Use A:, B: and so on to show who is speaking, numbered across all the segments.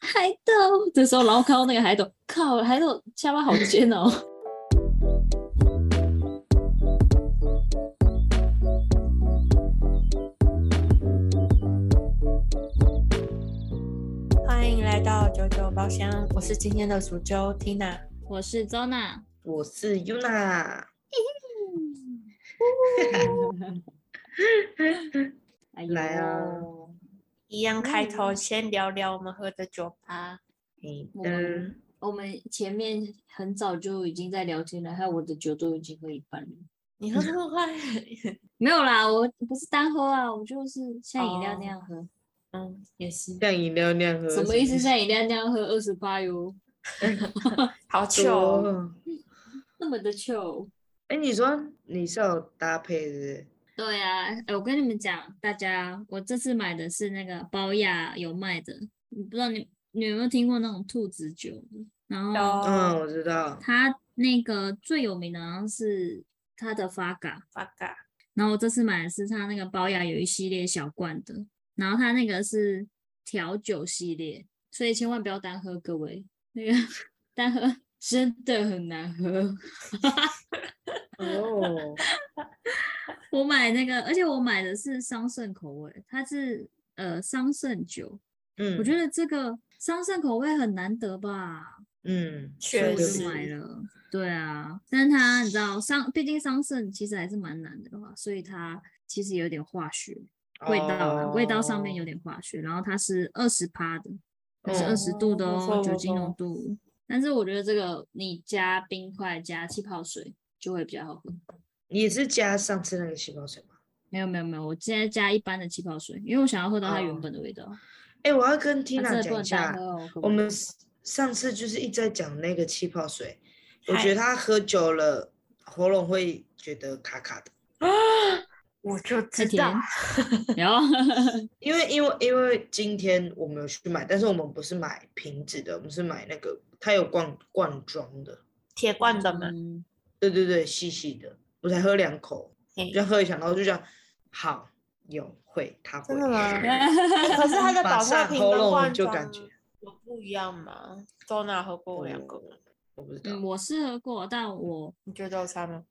A: 海斗。这时候，然后看到那个海斗，靠，海斗下巴好尖哦。
B: 欢迎来到九九包厢，我是今天的主揪 Tina，
A: 我是 Zona，
C: 我是 Yuna，
A: 哎呦
C: 来啊！
B: 一样开头先聊聊我们喝的酒吧。
C: 你
A: 我
C: 的
A: 们我们前面很早就已经在聊天了，还有我的酒都已经喝一半了。
B: 你喝这么快？
A: 没有啦，我不是单喝啊，我就是像饮料那样
C: 哦
A: 喝。
B: 嗯，也是，
C: 像饮料那样喝，
A: 什么意思？像饮料那样喝二十八哟，
B: 好
C: 是不是？
B: 糗哦。
C: 多
A: 那么的 chill。
C: 哎，你说你是有搭配的，
A: 对呀、啊，哎，我跟你们讲，大家，我这次买的是那个宝雅有卖的，你不知道你你有没有听过那种兔子酒？然后
C: 嗯，
B: 有
C: 我知道，
A: 它那个最有名的好像是它的发嘎，
B: 发嘎，
A: 然后我这次买的是它那个宝雅有一系列小罐的，然后它那个是调酒系列，所以千万不要单喝，各位，那个单喝真的很难喝。
C: 哦，
A: 我买那个，而且我买的是桑葚口味，它是呃桑葚酒，
C: 嗯，
A: 我觉得这个桑葚口味很难得吧，
C: 嗯，
A: 所以
B: 确
A: 我
B: 实
A: 就买了。对啊，但是它你知道桑，毕竟桑葚其实还是蛮难的嘛，所以它其实有点化学味道啊，味道上面有点化学，然后它是二十趴的，它是
C: 哦
A: 二十度的
B: 不
A: 哦，
B: 错
A: 酒
B: 不
A: 精浓
B: 错
A: 度。但是我觉得这个你加冰块加气泡水就会比较好喝。
C: 你是加上次那个气泡水吗？
A: 没有没有没有，我现在加一般的气泡水，因为我想要喝到它原
C: 哦
A: 本的味道。
C: 哎，我要跟
A: 它真
C: Tina
A: 的啊不能
C: 讲一
A: 单
C: 下
A: 喝，哦，各
C: 我
A: 位
C: 们上次就是一直在讲那个气泡水，我
B: 嗨
C: 觉得他喝久了喉咙会觉得卡卡的，
A: 啊
B: 我就
A: 太
B: 知
A: 甜
B: 道。，
A: 然后
C: 因为因为因为今天我们有去买，但是我们不是买瓶子的，我们是买那个它有罐罐装的，
B: 铁罐的嘛，
A: 嗯
C: 对对对，细细的，我才喝两口，
B: 嘿
C: 就喝一下，然后就讲好有会，他会
B: 真的吗
A: 可
B: 可是它的
C: 马
B: 保特
C: 上
B: 瓶
C: 喉
B: 跟
C: 咙
B: 罐
C: 就
B: 装
C: 感觉，
B: 有不一样吗？周娜喝过两个，
C: 我不知道
A: 嗯，，我是喝过，但我
B: 你觉得有差吗？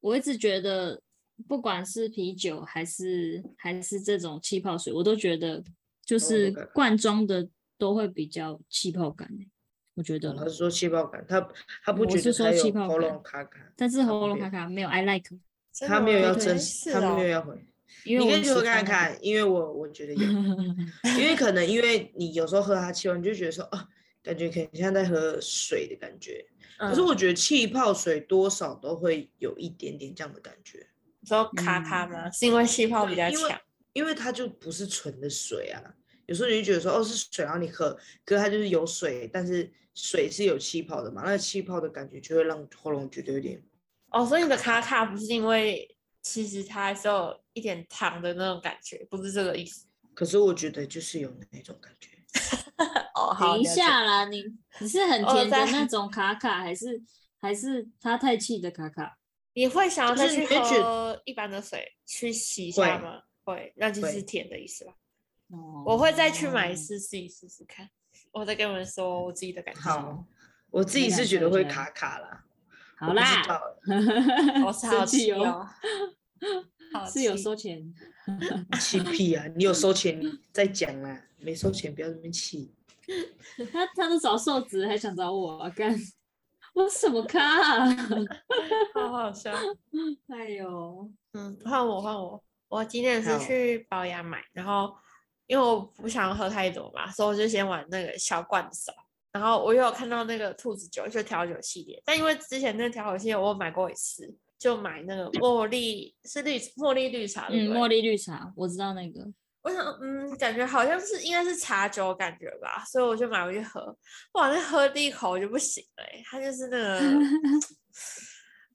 A: 我一直觉得，不管是啤酒还是还是这种气泡水，我都觉得就
C: 都
A: 是
C: 有感
A: 罐装的都会比较气泡感欸、我觉得
C: 他
A: 啦。
C: 是说气泡感，他他不
A: 我
C: 觉
A: 是
C: 得
A: 说
C: 他
A: 气
C: 有
A: 泡
C: 喉
A: 感
C: 咙卡卡，
A: 但是
C: 它
A: 喉
C: 不
A: 咙
C: 变
A: 卡卡没有 I like，
B: 真
C: 他
B: 的
C: 没有
B: 吗
C: 要
A: 对
C: 珍
B: 是
C: 惜，他没有
B: 哦
C: 要回。
A: 因为
C: 你
A: 我
C: 可以去
A: 喜
C: 喝看
A: 欢那
C: 看，因为我我觉得有，
A: 个
C: 因为可能因为你有时候喝它气泡，你就觉得说啊，感觉很像在喝水的感觉。可是
B: 嗯
C: 我觉得气泡水多少都会有一点点这样的感觉，
B: 你说卡卡
C: 嗯
B: 吗？是因为气泡比较
C: 因为
B: 强，
C: 因为它就不是纯的水啊。有时候你就觉得说哦是水，然后你喝，可是它就是有水，但是水是有气泡的嘛，那个气泡的感觉就会让喉咙觉得有点
B: 哦，所以你的卡卡不是因为其实它还是有一点糖的那种感觉，不是这个意思。
C: 可是我觉得就是有那种感觉，
B: 哦，
A: 等一
B: 了解
A: 下啦，你你是很
B: 哦
A: 甜的
B: 在
A: 那种卡卡，还是还是它太气的卡卡？
B: 你会想要
C: 就
B: 再
C: 是
B: 去
C: 你会觉
B: 喝一般的水去洗一下
C: 会
B: 吗？会，那就是
C: 会
B: 甜的意思吧。
A: 我
B: 我会再去
A: 哦
B: 买一。次试一试试看，我再跟你们说我自己的感哦受。
C: 好， 我自
A: 你
C: 己
A: 感
C: 是觉
A: 受
C: 得
A: 一下
C: 会卡卡啦。
A: 好
C: 我不知
A: 啦，
C: 道
B: 我是好
A: 生气
B: 气
A: 哦，
B: 哦， 好
A: 是有
B: 气
A: 收钱。
C: 气屁啊！你有收 钱你再讲啦，没收钱不要这么气。
A: 他他都找瘦子，还想找我、啊、干？我什么咖、啊？
B: 好好笑。
A: 哎呦，
B: 嗯，换我换我，我今天是
C: 好
B: 去保养买，然后因为我不想喝太多嘛，所以我就先玩那个小罐手。然后我又有看到那个兔子酒，就调酒系列，但因为之前那调酒系列我有买过一次，就买那个茉莉是绿茉莉绿茶，对
A: 嗯，
B: 不对
A: 茉莉绿茶，我知道那个，
B: 我想，嗯，感觉好像是应该是茶酒感觉吧，所以我就买回去喝。哇，那喝第一口我就不行了欸、它就是那 个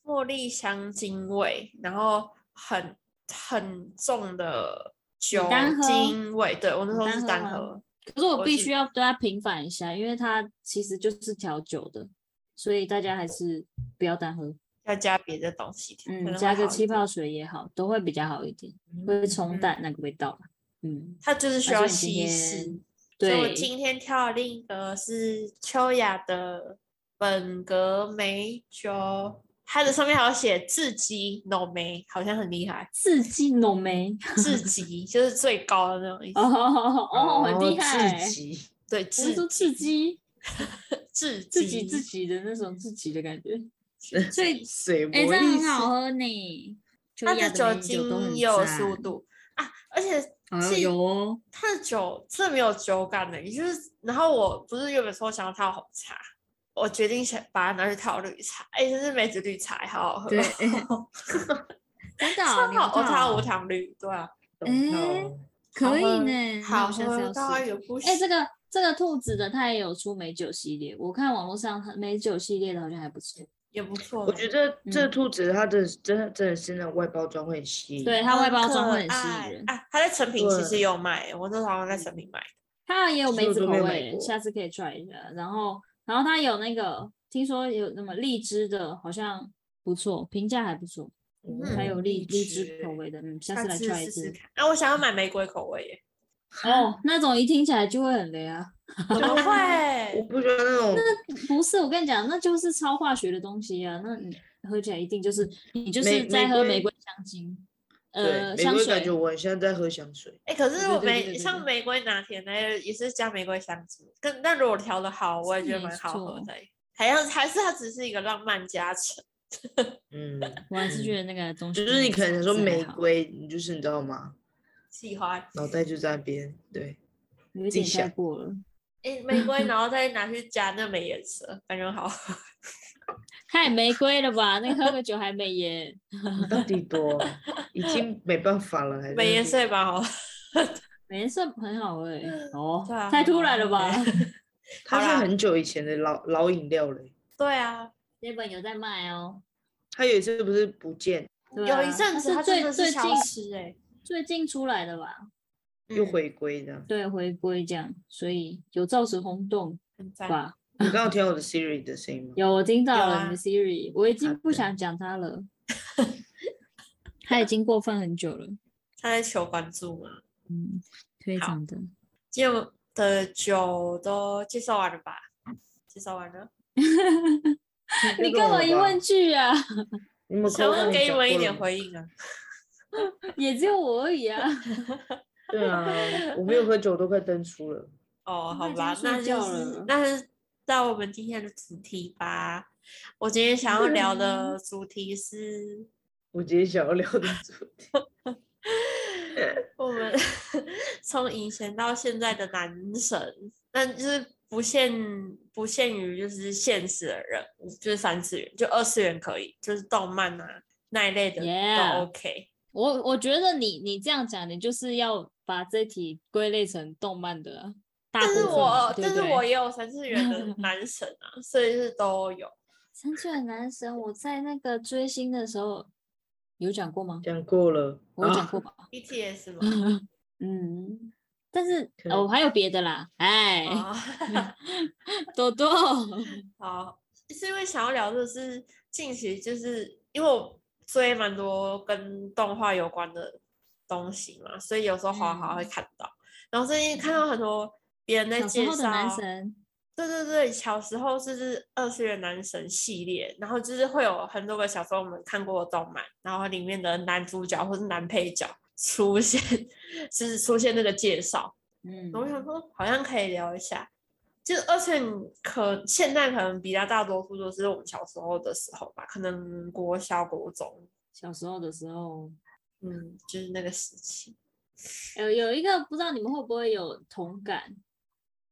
B: 茉莉香精味，然后很很重的酒
A: 单喝
B: 精味。对我那时候
A: 你
B: 是
A: 单喝
B: 单
A: 吗
B: 喝，
A: 可是我
B: 我
A: 必
B: 是
A: 须要对它平反一下，因为它其实就是调酒的，所以大家还是不要单喝，
B: 要加别的东西，可能
A: 嗯，
B: 会
A: 加个
B: 好一
A: 气
B: 点。
A: 泡水也好，都会比较好一点，会冲
B: 嗯
A: 淡那个味道吧。嗯，
B: 它就是需
A: 那所
B: 要
A: 以
B: 稀
A: 你今
B: 释
A: 天。
B: 所以我
A: 对，
B: 今天挑的另一个是秋雅的本格梅酒，它的上面还有写至极浓眉，好像很厉害
A: 刺激浓眉
B: 至极就是最高的那种意思。
A: 哦哦，很厉害
C: 至，极，
B: 对，
A: 我是
B: 至
A: 说刺激
B: 至
A: 自己自
B: 极
A: 己的那种自己的感觉，所以
C: 水
A: 哎，
C: 魔
A: 这
C: 力
A: 样很
C: 士
A: 好喝呢。秋
B: 它
A: 雅
B: 的
A: 的
B: 酒
A: 美都很
B: 精也有十五
A: 赞，
B: 度啊，而且
A: 哦
B: 是
A: 有 哦，
B: 它的酒真的没有酒感的，你就是，然后我不是原本说想要套红茶，我决定想把它拿去套绿茶，哎、真是梅子绿茶，好好喝，
A: 对
B: 超
A: 真的哦，你有
B: 好，我
A: 看
B: 套
A: 哦
B: 无糖绿，对啊，
C: 懂
A: 哎
C: 到
A: 可以
B: 好喝
A: 呢，那
B: 好
A: 我下次
B: 喝
A: 要
B: 到
A: 试。
B: 有不行，
A: 哎、这 个这个兔子的它也有出美酒系列，我看网络上它美酒系列的好像还不错。
B: 也不错，
C: 我觉得这
A: 嗯
C: 兔子它的真的真的是那种外包装会很吸引，
A: 对，它外
B: 很
A: 包装
B: 可
A: 会很吸
B: 爱
A: 引人，
B: 啊，它在成品其实
C: 对
B: 有卖，我那时候好像在成品买的，
A: 它也有
C: 其实
A: 梅
C: 我
A: 子
C: 都
A: 口
C: 没买
A: 味，
C: 过
A: 下次可以 try 一下。然后然后它有那个听说有那么荔枝的，好像不错，评价还不错，
C: 嗯，
A: 还有荔
C: 荔
A: 枝
C: 枝
A: 口味的，嗯，下
B: 下
A: 次来 try 一
B: 试试
A: 次。
B: 看。啊，我想要买玫瑰口味 耶，
A: 哦，那种一听起来就会很雷啊！
B: 怎么
C: 我
B: 会？
C: 不喜欢那种
A: 不是，我跟你讲，那就是超化学的东西啊，那你喝起来一定就是你就
C: 玫
A: 是在喝
C: 玫
A: 玫
C: 瑰
A: 瑰香精，
C: 对
A: 呃，
C: 玫
A: 香
C: 瑰
A: 水
C: 感觉我很像在喝香水，
B: 哎、可是
A: 对
B: 我
A: 对对对
B: 玫
A: 对
B: 像
A: 对
B: 玫瑰拿铁那个也是加玫瑰香精，但但如果调的好，我也
A: 是
B: 觉得
A: 没
B: 蛮好喝
A: 错
B: 的欸。还要还是它只是一个浪漫加成，
C: 嗯，
A: 我还是
C: 嗯
A: 觉得那个东西
C: 就
A: 还好，
C: 是你可能说
A: 是还
C: 玫
A: 好，
C: 瑰，你就是你知道吗？
B: 喜欢。
C: 脑袋就在那边， 对，
A: 有一
C: 自己
A: 点太
C: 想
A: 过了。
B: 哎、玫瑰，然后再拿去加那美颜色，感觉很好喝。
A: 太玫瑰了吧？那个喝个酒还美颜，
C: 你到底多已经没办法了，还 在
B: 美
C: 那
B: 颜色
C: 边
B: 也蛮好喝。
A: 美颜色很好 哎、哦，
B: 对啊
A: 太
B: 很
A: 突
B: 好
A: 然了
B: 喝
A: 吧
B: 欸？
C: 它
B: 好
C: 是
B: 啦
C: 很久以前的老老饮料了欸，
B: 对啊，
A: 这本有在卖哦。
C: 它有一次不是不见
A: 对
B: 有
A: 啊
B: 一阵子
A: 它
B: 它
A: 是
B: 真
A: 最
B: 的是
A: 最近
B: 消失哎、
A: 最近出来的吧？
C: 又
B: 嗯
C: 回归这样。
A: 对，回归这样，所以有造成轰动
B: 很赞。
A: 吧？
C: 你刚刚有听到我的 Siri 的声音 吗？
A: 有，我听到
B: 有
A: 了
B: 啊
A: 你的 Siri，我已经
C: 好
A: 不
C: 的
A: 想讲它 了，它已经过分很久了。
B: 他在求关注嘛。
A: 嗯，非
B: 好
A: 常的。
B: 今天我的酒都介绍完了吧？介绍完了，
A: 你
C: 这个
A: 跟我
C: 了
A: 一
C: 吧
A: 问，句啊，
C: 你们
B: 想要给你们一点回应啊。
A: 也只有我而已啊。
C: 对啊，我没有喝酒，我都快登出了。
B: 哦，
A: 那
B: 好
A: 已经
B: 吧，
A: 睡
B: 那就
A: 觉
B: 是
A: 了
B: 那是到我们今天的主题吧。我今天想要聊的主题是
C: 我今天想要聊的主题，
B: 我们 从以前到现在的男神，但就是不限不限于就是现实的人物，就是三次元，就二次元可以，就是动漫啊那一类的
A: Yeah
B: 都 OK。
A: 我我觉得你你这样讲，你就是要把这题归类成动漫的啊大
B: 但
A: 部
B: 是
A: 分嘛，
B: 我
A: 对
B: 但
A: 不
B: 是我
A: 对？
B: 也有三次 元的男神啊，所以是都有。
A: 哦三次元男神，我在那个追星的时候有讲过吗？
C: 讲过了，
A: 我有讲
C: 啊
A: 过吧？
B: BTS 嘛，
A: 嗯，但是
C: 可
A: 哦，还有别的啦，哎，
B: 啊。
A: 朵朵，
B: 好，是因为想要聊的是近期，就是因为我追蛮多跟动画有关的东西嘛，所以有时候滑滑会看到。然后最近看到很多别人在
A: 嗯小时
B: 介
A: 候的男
B: 绍，
A: 神，
B: 对对对，小时候就是二次元男神系列，然后就是会有很多个小时候我们看过的动漫，然后里面的男主角或是男配角出现，就是出现那个介绍。
A: 嗯，
B: 我想说，好像可以聊一下，就是而且你可现在可能比较大多数都是我们小时候的时候吧，可能国小、国中，
A: 小时候的时候，
B: 嗯，就是那个时期，
A: 有有一个不知道你们会不会有同感，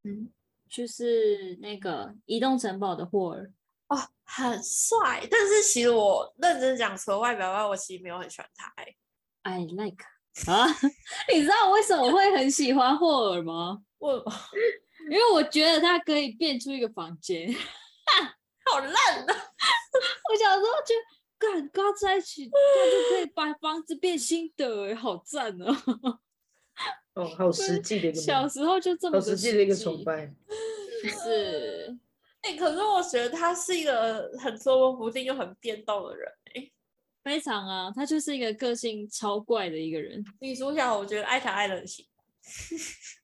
B: 嗯，
A: 就是那个移动城堡的霍尔，
B: 哦，很帅。但是其实我认真讲，除了外表外，我其实没有很喜欢他、欸。
A: I like 啊，你知道我为什么会很喜欢霍尔吗？
B: 我
A: 因为我觉得他可以变出一个房间。我
B: 好烂的，
A: 小时候就干跟他在一起，他就可以把房子变新的、欸，好赞哦！
C: 哦，好实际的一个
A: 小
C: 梦，
A: 时候就这么
C: 好
A: 个
C: 实际
A: 实
C: 的一个
A: 际
C: 崇，拜。
A: 是
B: 哎、可是我觉得他是一个很捉摸不定又很变动的人、欸。
A: 非常啊，他就是一个个性超怪的一个人。
B: 女主角我觉得爱他爱的很辛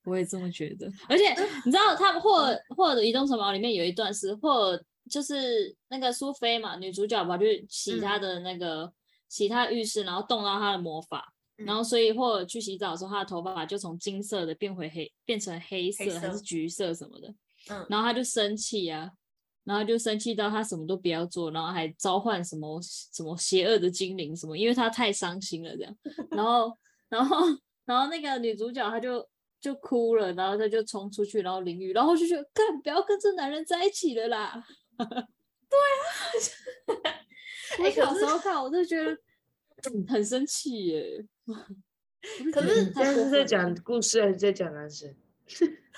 B: 苦，
A: 我也这么觉得。而且 你知道，他们霍
B: 嗯
A: 尔霍尔的移动城堡里面有一段是霍尔就是那个苏菲嘛，女主角吧，去洗
B: 嗯
A: 她的那个、洗她的浴室，然后动到她的魔法。
B: 嗯
A: 然后，所以霍尔去洗澡的时候，她的头发就从金色的变回黑，变成黑色
B: 黑
A: 还
B: 色
A: 是橘色什么的。
B: 嗯
A: 然后他就生气啊，然后就生气到他什么都不要做，然后还召唤什么什么邪恶的精灵什么，因为他太伤心了这样。然后，然后，然后那个女主角她就就哭了，然后她就冲出去，然后淋雨，然后就觉得干不要跟这男人在一起了啦。 对啊，我
B: 哎可
A: 小
B: 是
A: 时候看我就觉得嗯很生气耶。我就
B: 可
A: 觉
B: 是
A: 得
C: 你
A: 太
C: 嗯现在
A: 过
C: 是
A: 分
C: 在
A: 了
C: 讲故事还是在讲男生？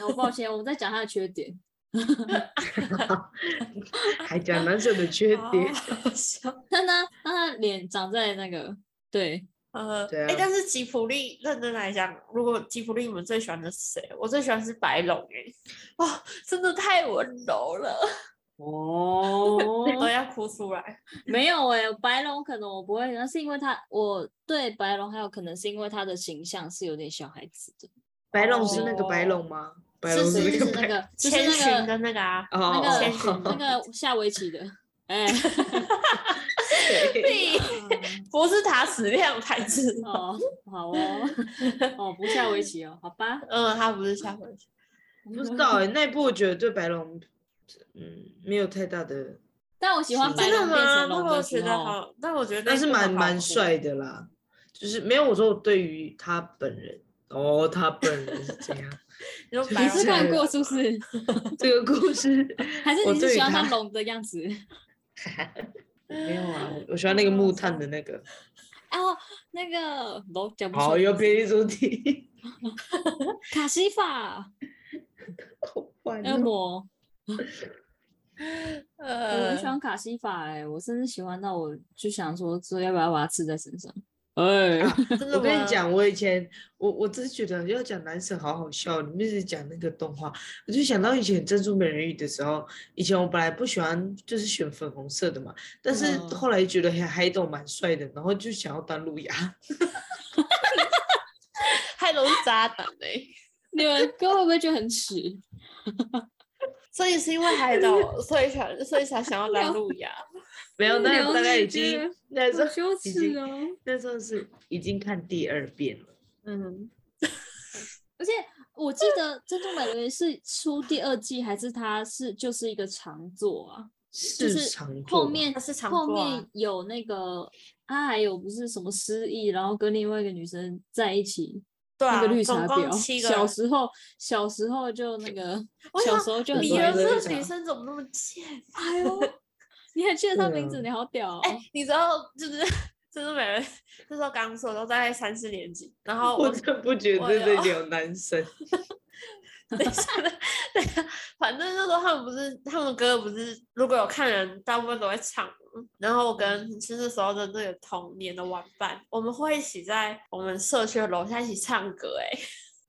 A: 我抱歉，我们在讲他的缺点。
C: 还讲男生的 缺
B: 好
A: 哦
C: 点？
B: 好哦笑。
A: 但他但他脸长在那个对
B: 呃，
C: 对
B: 哎、
C: 啊
B: 但是吉普力认真来讲，如果吉普力你们最喜欢的是谁？我最喜欢是白龙哎、哇，真的太温柔了，
A: 哦
B: 我要哭出来。
A: 没有哎、白龙可能我不会，那是因为他我对白龙还有可能是因为他的形象是有点小孩子的，
C: 白龙是那个白
B: 哦
C: 龙吗？白
A: 就
C: 龙
A: 是
C: 那
A: 就是
C: 个
A: 那
C: 白
A: 个就是
B: 千寻
A: 那个
B: 的那个啊，
C: 哦
A: 那
B: 千
A: 个
B: 寻
A: 那个下围棋的，哎、
C: 对
B: 屁不是塔矢亮才知道。
A: 哦好哦哦不下围棋哦，好 吧，
B: 嗯，他不是下回去。
C: 不知道哎、那一部我觉得对白龙，嗯，没有太大的，
A: 但我喜欢
C: 是
A: 白
B: 真的
A: 龙变
B: 吗？
A: 成
B: 那
A: 龙
B: 我
A: 的
B: 觉
A: 时
B: 得
A: 候，
B: 好，那我觉得
C: 但
B: 那
C: 是
B: 部
C: 蛮
B: 好
C: 蛮
B: 哭
C: 帅的啦。就是没有我说我对于他本人，哦，他本人是怎样？
B: 你说白
A: 你
B: 龙
A: 是
C: 帅
A: 看
C: 的
A: 过是不是？
C: 这个故事
A: 还是
C: 我
A: 你是
C: 对
A: 喜欢
C: 他
A: 他龙的样子？
C: 没有啊，我我喜欢那个木炭的那个。
A: 哦，那个龙讲不出
C: 好，
A: 来
C: 又偏离主题，
A: 卡西法 哎
C: 好烦
A: 恶
C: 哦。
A: 魔，我
B: 呃
A: 很喜欢卡西法哎、我甚至喜欢到我就想说，说要不要把它吃在身上？哎、
B: 呃真的
C: 我跟
B: 吗
C: 你，讲，我以前我我真觉得要讲男神好好笑，你们一直讲那个动画，我就想到以前珍珠美人鱼的时候，以前我本来不喜欢就是选粉红色的嘛，但是
A: 嗯
C: 后来觉得黑黑豆蛮帅的，然后就想要当路亚。
B: 太容易渣男哎、
A: 欸你们哥会不会觉得很耻？
B: 所以是因为海岛，所以才所以才想要来路 亚。
C: 没有，那
A: 了
C: 大
A: 解
C: 概已经那时
A: 好
C: 候
A: 羞
C: 已
A: 耻
C: 经
A: 哦！
C: 那时候是已经看第二遍了。
B: 嗯，
A: 而且我记得《珍珠美人鱼》是出第二季，还是它是就是一个长作啊？就是是
C: 常做
A: 后
C: 吗
A: 面
B: 它是 长
A: 后
B: 作啊
A: 面有那个，他还有不是什么失忆，然后跟另外一个女生在一起，
B: 对啊，
A: 那个绿
B: 总
A: 茶
B: 共
A: 婊。
B: 七个。
A: 小时候，小时候就那个
B: 我，
A: 小
B: 想
A: 时候就很
B: 米
A: 多
B: 儿
A: 人
B: 这
C: 绿
B: 个
C: 茶
B: 女生怎么那么贱？
A: 哎呦，你还记得他
C: 对
A: 名字？
C: 啊
A: 你好屌哦！
B: 哎、你知道就是就是美人，那时候刚说都在三四年级，然后
C: 我
B: 我
C: 真不觉
B: 我
C: 得
B: 有
C: 这里有男生。
B: 等一下，等一下，反正那时候他们不是他们歌不是，如果有看人，大部分都会唱嘛。然后
A: 嗯
B: 我跟是那时候的那个童年的玩伴，我们会一起在我们社区的楼下一起唱歌、哎，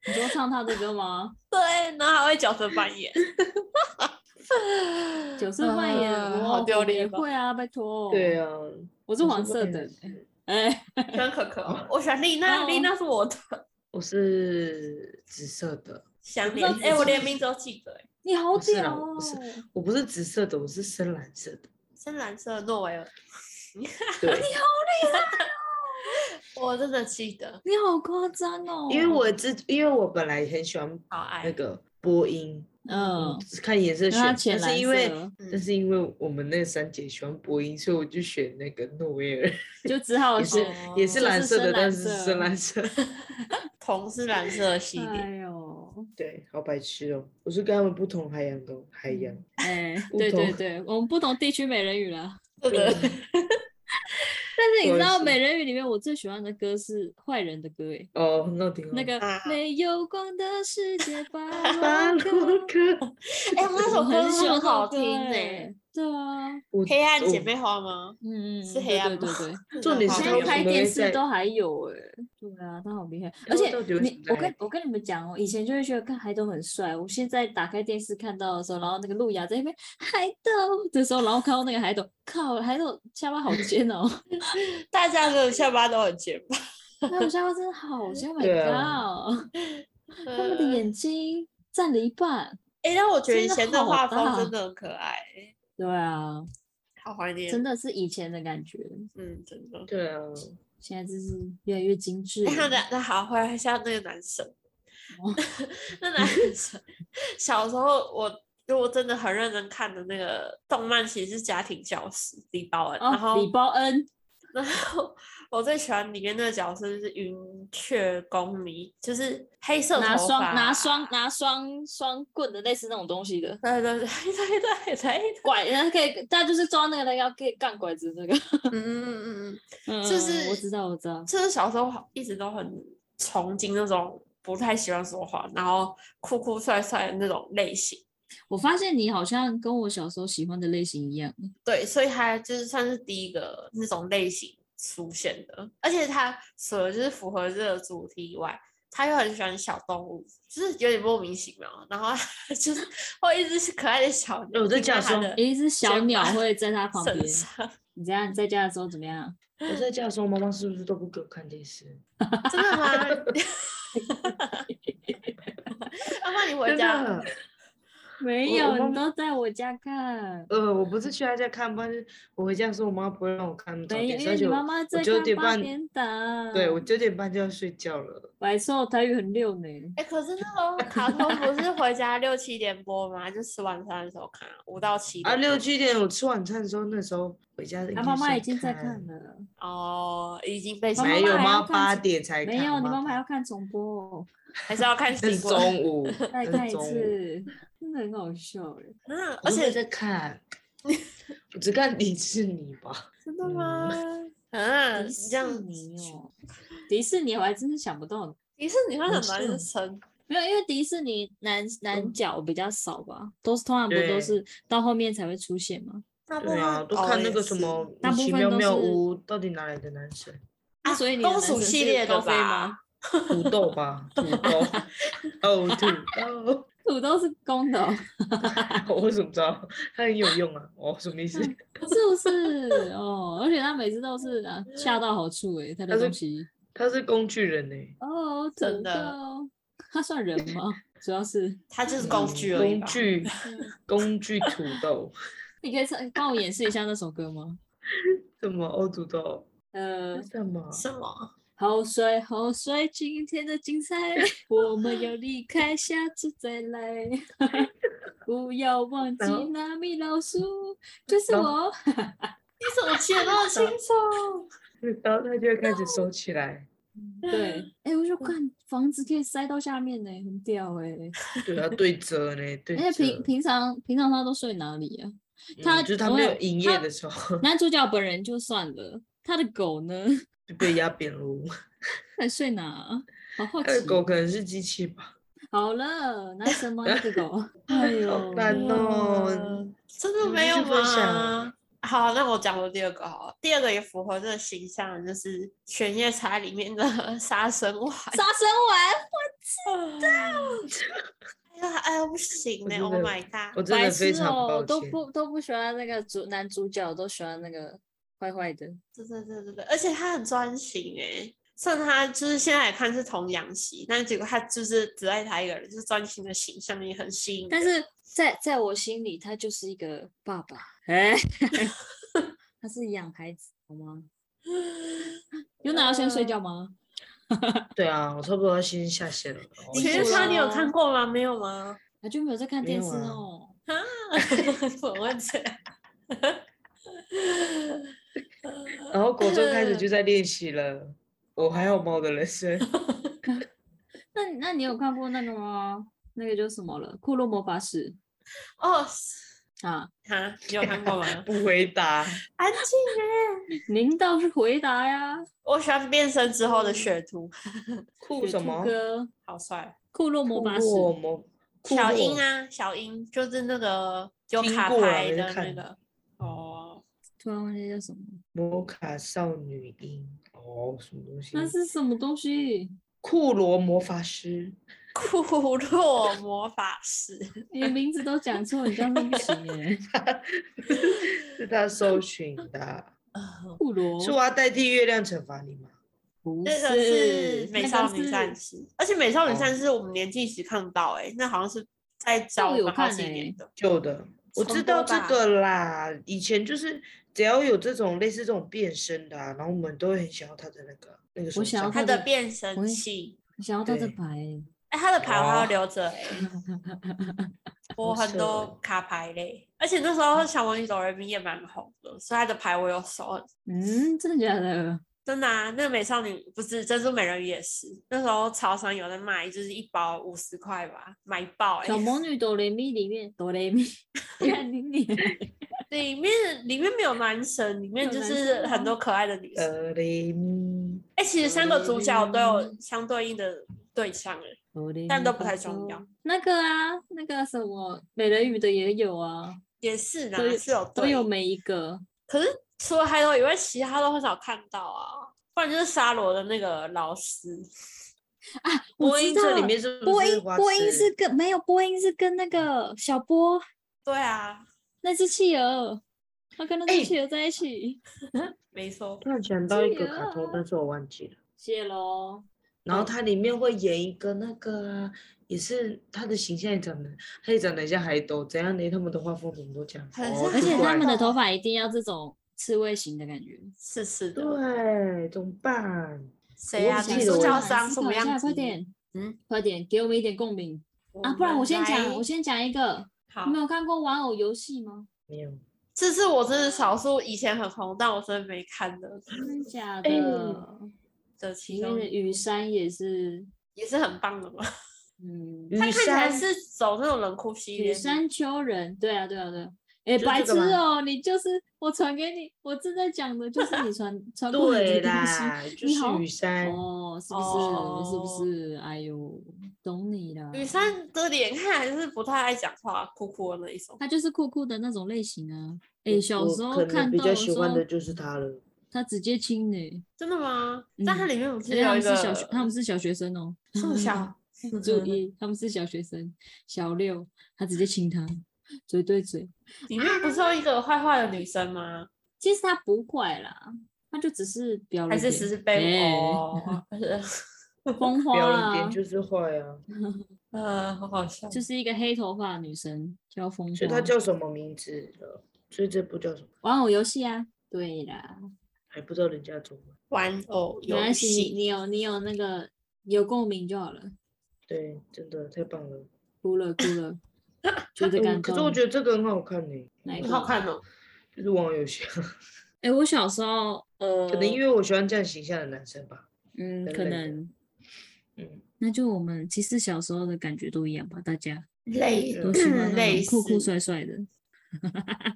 A: 你说唱他的歌吗？
B: 对，然后还会角色扮演，
A: 角色扮演，
B: 啊
A: 哇
B: 好丢
A: 我也
B: 脸哦
A: 会啊，拜托。
C: 对，啊，
A: 我是黄色的。哎，
B: 喜欢可可吗，我喜欢丽娜，丽
A: 哦
B: 娜是我的。
C: 我是紫色的，
B: 想
A: 知道
B: 念，
A: 紫
B: 哎、我
A: 色
B: 连名字都记得、哎，
A: 你好
C: 不是
A: 屌
C: 啦
A: 哦
C: 我！是我不是紫色的，我是深蓝色的。
B: 深蓝色诺维尔，
A: 啊
C: 对，
B: 我真的记得，
A: 你好夸张哦！
C: 因为我之因为我本来很喜欢
B: 好
C: 那
B: 爱，
C: 个波音，
A: 嗯，
C: 看颜色
A: 因为它
C: 选，
A: 浅
C: 但
A: 蓝
C: 是因为
A: 色，
B: 嗯
C: 但是因为我们那三姐喜欢波音，所以我就选那个诺威尔，
A: 就只好
C: 也是
A: 选
C: 也
B: 就是
A: 哦是
C: 蓝色的，
A: 深蓝
C: 但是
A: 色
C: 深蓝色。
B: 同是蓝色的系列，
A: 哎呦，
C: 对，好白痴哦！我是跟他们不同海洋的哦海洋。
A: 哎，
C: 不
A: 对对
C: 同
A: 对，我们不同地区美人鱼啦。
B: 对 的，
A: 但是你知
C: 我也
A: 道
C: 是
A: 美人鱼里面我最喜欢的歌是坏人的歌，哎，
C: 哦，那挺好
A: 那个
B: 啊
A: 没有光的世界 吧
C: 巴
A: 我可
C: 洛克，
B: 哎、我那首
A: 我
B: 歌
A: 很喜欢
B: 很好
A: 这首歌
B: 听哎、
A: 欸对啊，
C: 我
B: 黑暗姐
C: 我
B: 妹花吗？
A: 嗯嗯，
B: 是
A: 嗯
B: 黑暗
A: 对对
B: 吗
A: 对对，
C: 重点是
A: 现
C: 他
A: 在
C: 为什
A: 拍
C: 么
A: 电
C: 会
A: 视
C: 在
A: 都还有哎、对啊，他好厉害，而
C: 后
A: 且
C: 到底为什
A: 你
C: 么，在
A: 我跟
C: 海
A: 我跟你们讲哦，以前就会觉得看海斗很帅，我现在打开电视看到的时候，然后那个路亚在那边海斗的时候，然后看到那个海斗，靠，海斗下巴好尖哦，
B: 大家的下巴都很尖吧？
A: 那我下巴真的好尖，Oh my
C: 对
A: god！、
C: 啊
A: 他们的眼睛占了一半。
B: 哎、让我觉得
A: 真
B: 以
A: 的
B: 前的
A: 好
B: 画风
A: 大
B: 真的很可爱，
A: 对啊，
B: 好怀念。
A: 真的是以前的感觉，
B: 嗯，真的。
C: 对啊，
A: 现在真是越来越精致了。
B: 哎、他那那好，回来像那个男生，
A: 哦
B: 那男生小时候我。如果真的很认真看的那个动漫，其实是《家庭教师》李包恩，然
A: 哦，
B: 后
A: 礼包恩，
B: 然后 我最喜欢里面那个角色就是云雀公迷，就是黑色
A: 拿
B: 头
A: 双
B: 发，
A: 拿双拿双双棍的类似那种东西的
B: 对对对 对对 对，
A: 拐，然后可以，但就是抓那个人要可以干拐子那个。
B: 嗯嗯嗯
A: 嗯
B: 就
A: 嗯
B: 是
A: 我知道，我知道
B: 嗯，。就是小时候好一直都很崇敬那种不太喜欢说话，然后酷酷帅帅的那种类型。
A: 我发现你好像跟我小时候喜欢的类型一样。
B: 对，所以他就是算是第一个那种类型出现的，而且他除了就是符合这个主题以外，他又很喜欢小动物，就是有点莫名其妙。然后他 就是会一只是可爱的小
C: 哎
B: 鸟
C: 我在
B: 停在
C: 家的时
B: 他
C: 候
B: 的
A: 一只小
B: 肩
A: 鸟
B: 膀
A: 会在他旁边
B: 身。上，
A: 你这样你在家的时候怎么样？
C: 我在家的时候，妈妈是不是都不给我看电视？
B: 真的吗？ 阿妈，你回家
C: 的，
A: 没
C: 我我
A: 有，
C: 妈
A: 你都在我家看。
C: 呃，我不是去她家看，不然是我回家的时候，我妈不会让我看早
A: 没有，
C: 点，
A: 因
C: 而
A: 为
C: 且
A: 你
C: 我
A: 妈妈在
C: 九
A: 看
C: 点
A: 八
C: 半
A: 点档。
C: 对我九点半就要睡觉了。
A: 白瘦台语很溜呢。
B: 哎、可是那种卡通不是回家六七点播吗？就吃晚餐的时候看啊，五到七
C: 啊，
B: 点
C: 六七点我吃晚餐的时候，那时候回家应
A: 他
C: 该
A: 啊妈妈
C: 先
A: 已经在看
C: 看，
A: 了，
B: 哦，已经被
A: 妈妈
C: 没
B: 洗
C: 有
A: 还
B: 脑
A: 要
C: 妈
A: 看
C: 八
A: 几
C: 点才看，
A: 没有，
C: 我
A: 你妈妈还
C: 八
A: 要看重播哦，
B: 还是要看
C: 那
B: 习
C: 是
B: 惯。
C: 中午，
A: 再
C: 那
A: 看
C: 是
A: 一
C: 中午，
A: 次，真的很好笑哎。
B: 嗯，
C: 我
B: 而
C: 都没
B: 且
C: 在看，我只看迪士尼吧。
B: 真的
C: 嗯
B: 吗？
A: 迪
B: 啊，你
A: 士
B: 这样
A: 尼哦，迪士尼我还真是想不到，
B: 迪士尼会
C: 好
B: 很
C: 像
B: 难撑，
A: 没有，因为迪士尼男男
C: 嗯
A: 角比较少吧，都是通常不都
C: 对
A: 是到后面才会出现嘛。
B: 大部
C: 对啊，
B: 分
C: 都
B: 哦
C: 看那
B: 也
C: 个什
B: 是
C: 么
A: 大
C: 《
A: 部
C: 奇
A: 分
C: 妙
A: 都
C: 妙
A: 是
C: 屋》，到底哪来的男神？
A: 那
B: 啊
A: 所以你的
B: 公
A: 男
B: 主
A: 神
B: 系
A: 是
B: 列
A: 高
B: 的
A: 飞吗
B: 吧？？
C: 土豆吧，土 豆，哦，土豆。
A: 土豆是公的哦、
C: 我怎么知道？它很有用啊！哦，什么意思？
A: 是不是？哦，而且他每次都是啊恰到好处诶、他的
C: 他是
A: 东西
C: 它是工具人呢、
A: 哦，土
B: 真的
A: 豆，他算人吗？主要是
B: 它就是工具而已
C: 嗯工
B: 吧。
C: 具，工具土豆，
A: 你可以唱，帮我演示一下那首歌吗？
C: 什么哦，土豆，
A: 呃，
C: 什么？
B: 什么？
A: 好帅好帅，今天的精 彩，我们要离开，下次再来， 不要忘记
C: 然后
A: 纳米老鼠，就是
C: 然
A: 我。
B: 你怎么记得那 么清楚？
C: 然后它就会开始收起来。
A: 对， 哎、我就看房子可以塞到下面呢、很屌哎、
C: 对，它对折呢，对折。
A: 而且平平常平常他都睡哪里啊？
C: 嗯
A: 它
C: 就是它
A: 我
C: 没
A: 有
C: 有营
A: 它
C: 业的时候
A: 男主角本人就算了，他的狗呢？
C: 就被压扁 了。
A: 还睡哪啊？好好
C: 它的
A: 奇。
C: 狗可能是机器吧？
A: 好了，男神吗？那个 狗？哎
C: 好
A: 呦，
C: 烦哦！
B: 嗯，真的没有
C: 你继续分享啊
B: 吗？好，那我讲我第二个好了。第二个也符合这个形象，就是《犬夜叉》里面的 杀生 丸。
A: 杀生
B: 哎呀，哎呀，不行
C: 我
B: 呢、
C: 真
B: o h
C: 的
B: my
C: 我
A: 丸，
B: god！
C: 真
A: 白
C: 的非
A: 痴
C: 常
A: 哦
C: 抱，
A: 都
C: 歉。
A: 不都不喜欢那个主男主角，都喜欢那个坏坏的。
B: 对对对对对，而且他很专情哎、虽然他就是现在来看是童养媳，但结果他就是只爱他一个人，就是专情的形象也很吸引人。
A: 但是在在我心里，他就是一个爸 爸，哎、他是养孩子好吗？有奶要先睡觉吗？
C: 嗯对啊，我差不多要先下线了。哦
A: 你
B: 犬夜
A: 说
B: 叉你有
A: 了
B: 看过吗？没有吗？
A: 他就没有在看
C: 没
A: 电
C: 有
A: 视
C: 啊
A: 哦。
B: 我问这样。
C: 然后国中开始
A: 呃
C: 就在练习了。我还好吗？我的人生。
A: 那你那你有看过那个吗？那个叫什么了？《库洛魔法使
B: 哦，》
A: 啊？
B: 哈，你有看过 吗？
C: 不回 答。
B: 安静哎，
A: 您倒是回答呀，
B: 我喜欢变身之后
C: 嗯
B: 的雪兔，
C: 酷
A: 雪
C: 什
A: 兔
C: 么？
A: 哥，
B: 好帅。
A: 库洛魔法使，
C: 我们
B: 小樱啊，小樱就是那个有
C: 听
B: 卡
C: 过啊
B: 牌
C: 没
B: 的那
C: 看
B: 个。哦，
A: 突然忘记叫什么，
C: 摩卡少女樱哦，什么东西？
A: 那是什么东西？
C: 库罗魔法师，
B: 库洛魔法师。
A: 你的名字都讲错，你这样对不 行耶。
C: 是他搜寻的啊。啊
A: 库罗，
B: 嗯
C: 是我要代替月亮惩罚你吗？
A: 不
B: 那个
A: 是
B: 是美
A: 那
B: 少
A: 个
B: 女战
A: 是
B: 士，而且美少女
C: 哦
B: 战士我们年纪其实看不到哎、欸，那好像是在早
A: 有
B: 蛮好
A: 看
B: 几
A: 欸
B: 年的。
C: 旧的，我知
B: 重
C: 道
B: 播
C: 这
B: 吧
C: 个啦。以前就是只要有这种类似这种变身的、啊，然后我们都会很想要他的那个那个什
A: 我
C: 么
A: 想
C: 奖
A: 要
B: 它
A: 它
B: 的
A: 的
B: 变声
A: 我也
B: 器，
A: 想要到这
C: 对
A: 牌欸，
B: 哎、它的牌我还要
C: 哦
B: 留 着哎、我
C: 不
B: 很
A: 哦
C: 错
B: 多卡牌嘞，而且那时候小魔女哆瑞咪也蛮红的，所以它的牌我有收，
A: 嗯，真的假的？
B: 真的啊，那个美少女不是珍珠美人鱼也是，那时候潮商有在卖，就是一包五十块吧，买爆哎、
A: 小魔女哆蕾咪里面哆蕾咪，看你 你
B: 里面里面没有男神，里面
A: 有
B: 就
A: 男啊
B: 是
A: 生
B: 很
A: 吗
B: 多可爱的女生。
C: 呃嘞咪
B: 哎、其实三个主角都有
A: 嗯
B: 相对应的对象哎、
A: 哆蕾咪，
B: 但都不太重要。
A: 那个啊，那个什么美人鱼的也有啊，
B: 也是
A: 都有
B: 的，是有
A: 都
B: 对
A: 有
B: 应
A: 每一个。
B: 可是除了海斗以外，其他都很少看到啊。不然就是沙罗的那个老师，
C: 播音这里
A: 了
C: 面是不
A: 播
C: 是
A: 音
C: 花
A: 播音
C: 痴
A: 是跟没有播音是跟那个小波
B: 对啊，
A: 那只企鹅，他跟那只
C: 哎
A: 企鹅在一起，
B: 没错，
C: 突然想到一个
A: 企
C: 卡通
A: 鹅，
C: 但是我忘记了。
A: 谢喽。
C: 然后
A: 嗯
C: 它里面会演一个那个啊，也是他的形象也长得，他也长得很像海斗，怎样连他们的画风怎么都讲，
B: 很
C: 哦
B: 像
A: 而且
B: 海
A: 他们
B: 斗
A: 的头发一定要这种刺猬型的感觉。
B: 是是的。
C: 对，怎么办？
B: 谁
C: 我
B: 呀、啊？
C: 忘
B: 女
C: 记
B: 主
C: 了
B: 角
C: 我
B: 长什么样子？
A: 快点，
B: 嗯，
A: 快点，给我们一点共鸣啊！不然我先讲，我
B: 们
A: 先讲一个。
B: 来
A: 你们
B: 好。
A: 有看过《玩偶游戏》吗？
C: 没有，
B: 这是我真的少数以前很红，但我真的没看的
A: 真的假
C: 哎
A: 的？
B: 的
A: 里
B: 其
A: 面
B: 中
A: 的雨山也是，
B: 也是很棒的嘛。
A: 嗯，
C: 雨
B: 他看起来
C: 山
B: 是走那种冷酷系列
A: 雨
B: 的，
A: 山丘人，对啊，对啊，对啊。哎、
C: 就
A: 白痴
C: 这个吗
A: 哦、你就是我传给你，我正在讲的就是你传传过来的
C: 对
A: 东西。
C: 啦，就
A: 你
C: 是
A: 好
C: 雨山，
A: 哦，是不是？是
B: 哦
A: 不是？哎呦，懂你啦。
B: 雨山的脸看起来是不太爱讲话，酷酷的那一种。
A: 他就是酷酷的那种类型啊。哎、
C: 我
A: 小
C: 我
A: 时候
C: 可能
A: 看
C: 比
A: 到
C: 较
A: 的
C: 喜
A: 时
C: 欢
A: 候
C: 的，就是他了。
A: 他直接亲呢、
B: 真的吗？但它
A: 嗯
B: 里面不是
A: 而且他
B: 有
A: 们
B: 一
A: 是
B: 个
A: 小学，他们是小学生哦、
B: 这么小，
A: 注意，他们是小学生，小六，他直接亲他，嘴对嘴。
B: 里面不是有一个坏坏的女生吗？
A: 其实他不坏啦，他就只是表了
B: 还是
A: 点
B: 只是被
A: 哎
B: 哦，是
A: 风花
C: 表了一
A: 啊
C: 点，就是坏啊，
B: 呃，好好笑。
A: 就是一个黑头发的女生叫风花。
C: 所以他叫什么名字了？所以这部叫什么？
A: 玩偶游戏啊，对啦，
C: 还不知道人家中文。
B: 玩偶
A: 没关
B: 游
A: 系，你
B: 戏，
A: 你有你有那个有共鸣就好了，
C: 对，真的太棒了。
A: 哭了哭 了，觉得
C: 嗯，
A: 感动。
C: 可是我觉得这个很好看呢，
A: 哪一
B: 很
A: 个
B: 好看哦。
C: 就是网友喜欢，
A: 哎、我小时候，呃，
C: 可能因为我喜欢这样形象的男生 吧。
A: 嗯，
C: 等
A: 可
C: 等的
A: 能，
C: 嗯，
A: 那就我们其实小时候的感觉都一样吧，大家
B: 类
A: 都喜欢那
B: 类
A: 种酷酷
B: 似
A: 帅帅的。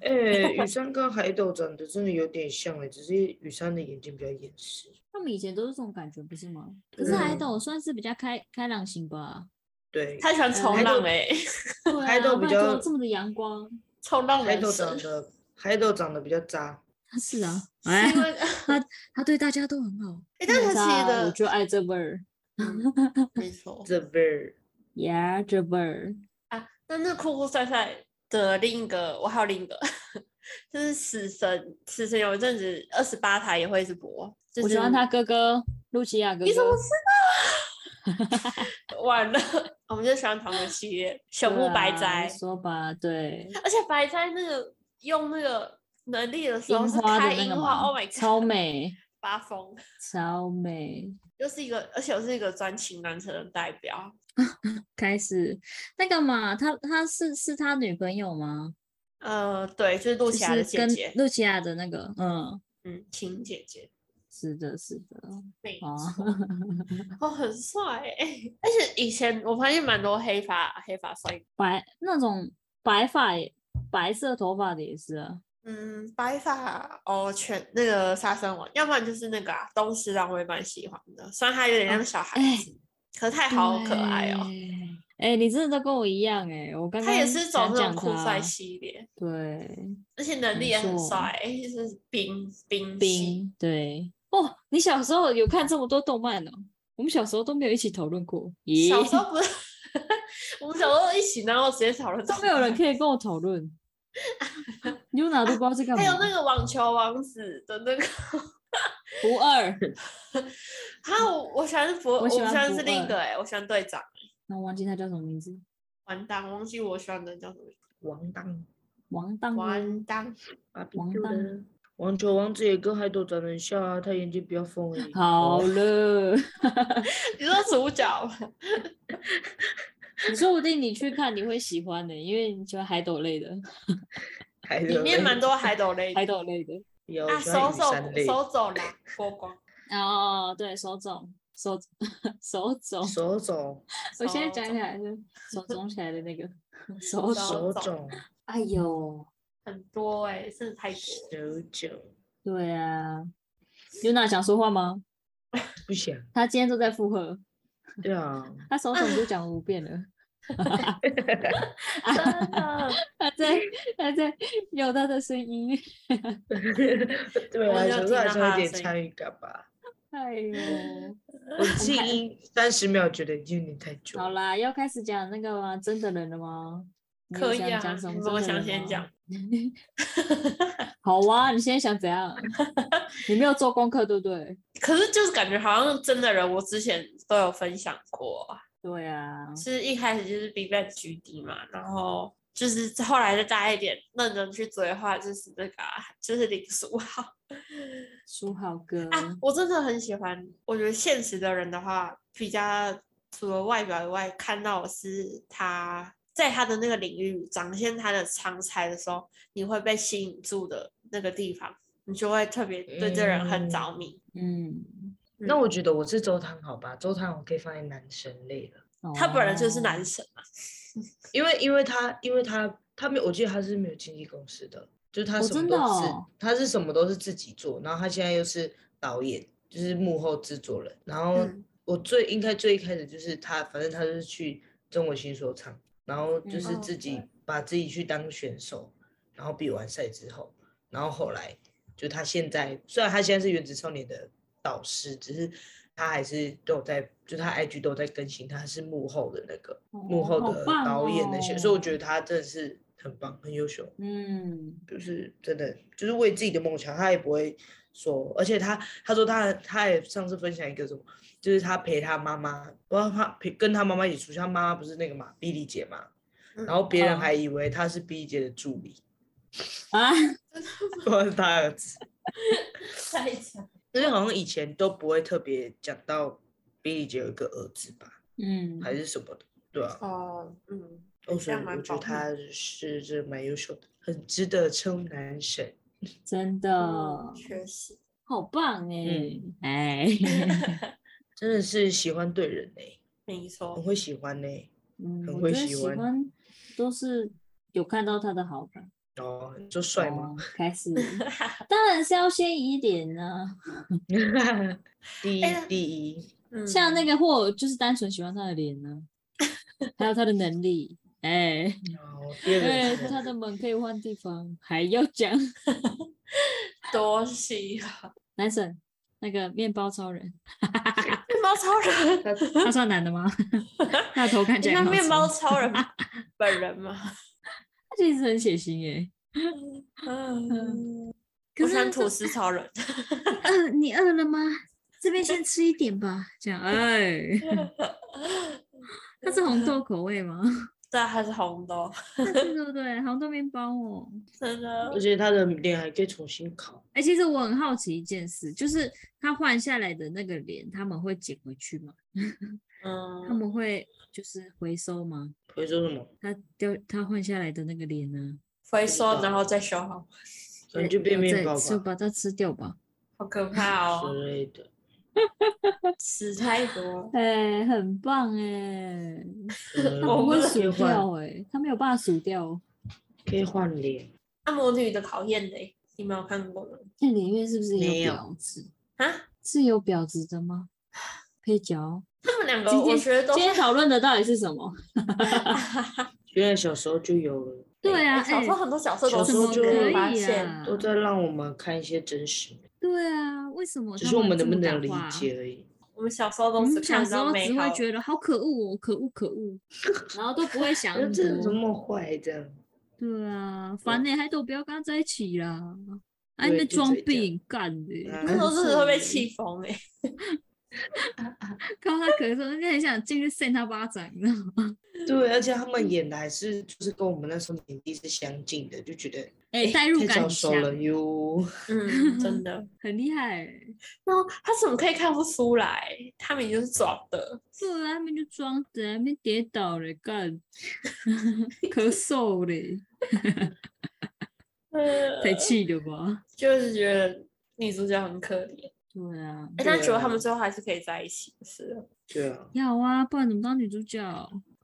C: 哎、雨山跟海斗长得真的有点像哎，只是雨山的眼睛比较严实。
A: 他们以前都是这种感觉，不是吗？可是海
C: 嗯
A: 斗算是比较开开朗型 吧，
C: 对，
B: 他喜欢冲
C: 海
B: 浪
C: 斗
B: 哎，
A: 对
C: 海
A: 啊
C: 斗
A: 不
C: 比
A: 然怎么
C: 较
A: 这么的阳光。
B: 冲浪
C: 海
B: 人
C: 斗长
B: 生。
C: 得海斗长得比较渣，
A: 他是啊，哎
B: 是，因为
A: 他对大家都很好。
B: 哎但
A: 渣
B: 是
A: 我
B: 他的
A: 就爱这味儿
B: 嗯 没错
C: 这味儿
A: 呀，这味儿。
B: 啊，但是酷酷帅帅的另一个，我还有另一个， 就是死神，死神有一阵子二十八台也会一直播，就
A: 我喜
B: 是
A: 欢他哥哥露琪亚哥哥。
B: 你怎么 完了，我们就喜欢同一个系列，朽木
A: 对
B: 白
A: 啊
B: 哉，
A: 说吧，对，
B: 而且白哉那个用那个能力的时候
A: 樱
B: 是
A: 花
B: 开
A: 的那
B: 樱
A: 个
B: 花
A: 嘛
B: ，Oh my god，
A: 超，美，
B: 发疯，
A: 超美。
B: 又是一个，而且又是一个专情男神的代表，
A: 开始那个嘛，他他是是他女朋友吗？
B: 呃，对，就是露
A: 就
B: 琪亚的
A: 是
B: 姐
A: 跟
B: 姐，
A: 露琪亚的那个，嗯，
B: 嗯，晴姐姐，
A: 是的，是的，
B: 没
A: 哦
B: 错，哦，很帅欸、 而且以前我发现蛮多黑发黑发帅哥，
A: 白那种白发也白色头发的也是啊，
B: 嗯，白发哦，全那个杀生丸，要不然就是那个啊，东施让我也蛮喜欢的，虽然他有点像小孩
A: 哎
B: 子，可是他也好可爱哦。
A: 对。哎、你真的都跟我一样哎、我刚刚
B: 他也是走
A: 想
B: 那种
A: 讲
B: 酷帅
A: 他
B: 系列，
A: 对，
B: 而且能力也很
A: 没错
B: 帅，就是冰冰系。
A: 冰对哦，你小时候有看这么多动漫哦？我们小时候都没有一起讨论过，咦，
B: 小时候不是 我们小时候一起，然后直接讨论到
A: 都没有人可以跟我讨 论。Yuna 都不知道在干嘛。
B: 还有那个网球王子的那个
A: 不二，
B: 啊，我我喜欢是博，
A: 嗯我
B: 我
A: 喜
B: 不
A: 欢
B: 喜欢
A: 不
B: 是另一
A: 二
B: 个哎、我喜欢队长。
A: 那我忘记他叫什么名字，
B: 完蛋，忘记我喜欢的人叫什么名字。
C: 王当
A: 王当吗
B: 完蛋，
C: 芭比
A: 王
C: 就
A: 当
C: 的网球王子也跟海斗长得很像啊，他眼睛比较疯而已。
A: 好
C: 哦
A: 了，
B: 你说主角 吗？
A: 你说不定你去看你会喜欢的、因为你喜欢海斗类的，
C: 海
B: 里
C: 斗
B: 面
C: 类
B: 蛮多海斗类的。
A: 海斗类的。
C: 有
B: 啊，
C: 喜欢
B: 手
C: 雨山
B: 肘
C: 类，
B: 手肘啦，波光。
A: 哦，对手肿，手手肿，
C: 手肘
A: 我现在讲
B: 手
A: 起
B: 肘
A: 来是手肿起来的那个 手
B: 手
A: 肿。
C: 手
B: 肘
C: 肘
A: 哎呦，
B: 很多哎、甚至太多了。
C: 手肘，
A: 对啊，尤娜想说话吗？
C: 不想
A: 她今天都在附和，
C: 对啊，
A: 她手肿就讲了五遍 了。
B: 真的，
A: 她在她在 有她的声音，
C: 对
B: 我
C: 啊，
B: 就
C: 手
B: 听
C: 肘还
B: 到他
C: 是有
B: 的声
C: 点
B: 音
C: 参与感 吧。
A: 哎呦，
C: 我静音三十秒，觉得已经有点太久。
A: 好，啦，要开始讲那个吗？真的人了吗？你有
B: 可以
A: 想
B: 啊
A: 讲什么
B: 你
A: 真
B: 我
A: 的
B: 想
A: 人
B: 先
A: 吗
B: 讲。
A: 好啊，你现在想怎样？你没有做功课，对不 对？
B: 可是就是感觉好像真的人，我之前都有分享过啊，
A: 对啊，
B: 是一开始就是 Big Bang 局底嘛，然后就是后来就大家一点认真去追的话，就是那个啊、就是林书豪
A: 书豪哥，
B: 啊，我真的很喜欢。我觉得现实的人的话，比较除了外表以外，看到的是他在他的那个领域展现他的长才的时候，你会被吸引住的那个地方，你就会特别对这人很着迷。
A: 嗯，
C: 那我觉得我是周汤好吧，周汤我可以放在男神类了，
B: 他本人就是
A: 哦
B: 男神 嘛，
C: 因为因为他因为他他没有，我记得他是没有经纪公司的，就是他
A: 哦
C: 什么
A: 真
C: 都
A: 的
C: 是、
A: 哦
C: 他是什么都是自己做，然后他现在又是导演，就是幕后制作人，然后
B: 嗯
C: 我最应该最一开始就是他，反正他就是去中国新说唱，然后就
A: 嗯
C: 是
B: 哦
C: 自己
B: 对
C: 把自己去当选手，然后比完赛之后，然后后来就他现在虽然他现在是原子少年的导师，只是他还是都有在，就他 IG 都有在更新，他是幕后的那个、幕
A: 哦
C: 后
A: 好
C: 的
A: 棒
C: 导演那些，所以我
A: 哦
C: 觉得他真的是很棒，很优秀。
A: 嗯，
C: 就是真的就是为自己的梦想，他也不会说，而且他他说他他也上次分享一个什么，就是他陪他妈妈，不知道他陪跟他妈妈一起出去，他妈妈不是那个嘛，比利姐嘛，
B: 嗯
C: 然后别人
A: 哦
C: 还以为他是比利姐的助理，
A: 啊，
C: 不知道是他儿子，
B: 在讲
C: 因为好像以前都不会特别讲到比利姐有一个儿子吧，
A: 嗯，
C: 还是什么的，对啊，
B: 哦，嗯，
C: 哦，
B: 这
C: 所以
B: 样蛮
C: 我觉得
B: 保
C: 他是真的蛮优秀的，很值得称男神。
A: 真的
B: 嗯，确实，
A: 好棒哎，
C: 嗯
A: 哎，
C: 真的是喜欢对人呢、
B: 没错
C: 很，会喜欢呢、
A: 嗯，
C: 很
A: 我
C: 会
A: 觉得
C: 喜
A: 喜
C: 欢
A: 欢都是有看到他的好吧，
C: 哦，就帅吗
A: 哦？？开 始，当然是要先啊一点呢，
C: 第一
B: 哎呀，
C: 第一，
B: 嗯
A: 像那个或就是单纯喜欢他的脸呢，还有他的能力，哎，
C: 哦，第二 个
A: 对
C: 也，是
A: 他的门可以换地方，还要讲
B: 多西
A: 啊男神那个面包超 人，
B: 面包超 人，
A: 他算男的吗？ 哎他的头看起
B: 你
A: 来
B: 看
A: 很好
B: 面
A: 吃
B: 包超人本人嘛，
A: 他其实很血腥哎 耶。
B: 嗯，
A: 可
B: 我
A: 是
B: 想
A: 这
B: 吐司超人。
A: 饿，呃你饿了吗？这边先吃一点吧。这样， 哎，它是红豆口味吗？
B: 对啊，还是红豆，
A: 它是对不对？红豆面包哦。
B: 真的
C: 而且他的脸还可以重新烤，
A: 哎、其实我很好奇一件事，就是他换下来的那个脸，他们会捡回去吗？他
B: 嗯，
A: 们会就是回收吗？
C: 会说什么？
A: 他掉他换下来的那个脸呢？
B: 回收然后再修好，
C: 可能就变面包
A: 就
C: 吧
A: 把它吃掉吧。
B: 好可怕哦，
C: 之类的。
B: 吃太多，
A: 哎、很棒哎、 他
C: 呃我
A: 不
B: 不
A: 会
B: 是
A: 数
C: 换，
A: 掉哎、他没有办法数掉哦。
C: 可以换脸，
B: 那魔女的考验嘞，你没有看过吗？
A: 那里面是不是
C: 没
A: 有
C: 有
A: 婊子？
B: 啊，
A: 是有婊子的吗？配角？
B: 他们两个
A: 今
B: 我
A: 天
B: 觉得都
A: 今天讨论的到底是什么？
C: 原来小时候就有了。
A: 对啊，
B: 哎小
A: 哎、
B: 时候很多角色
C: 小
B: 都是
A: 怎
C: 时候
A: 么
B: 这
C: 就
B: 个
A: 可
B: 发
A: 以
B: 现，
A: 啊？
C: 都在让我们看一些真实的，
A: 对啊，为什么
C: 只
A: 他
C: 是我们
A: 这
C: 能不
A: 么啊感
C: 能理
A: 化？
C: 解而已。
B: 我们小时候
A: 我
B: 都
A: 们小
B: 看
A: 时
B: 到
A: 候嗯只
B: 美好
A: 会，觉得好可恶哦，可恶可恶，然后都不会想
C: 那
A: 很
C: 哎这人怎
A: 多。
C: 么坏这样？
A: 对啊，烦呢、还都不要跟他在一起啦。哎，
C: 对
A: 那
C: 就
A: 装
C: 嘴角
A: 病干的，
C: 啊
B: 那时候真的会被气疯哎、
A: 看到他咳嗽，人家很想进去扇他巴掌，你知道吗？
C: 对，而且他 们演的还是就是跟我们那时候年纪是相近的，就觉得
A: 哎、代入
C: 太
A: 感
C: 早
A: 很
C: 熟
A: 强，
C: 了哟。
B: 嗯，真的。
A: 很厉害、欸。
B: 然后他怎么可以看不出来？他们就是装 的，
A: 对啊，他们就装着，他们跌倒了，干咳嗽嘞，
B: 呃
A: 太气了吧？
B: 就是觉得女主角很可怜。
A: 对啊，
B: 哎、但
C: 对
B: 结果他
C: 啊
B: 们最后还是可以在一起，是哦
C: 对啊，
A: 要啊，不然怎么当女主角？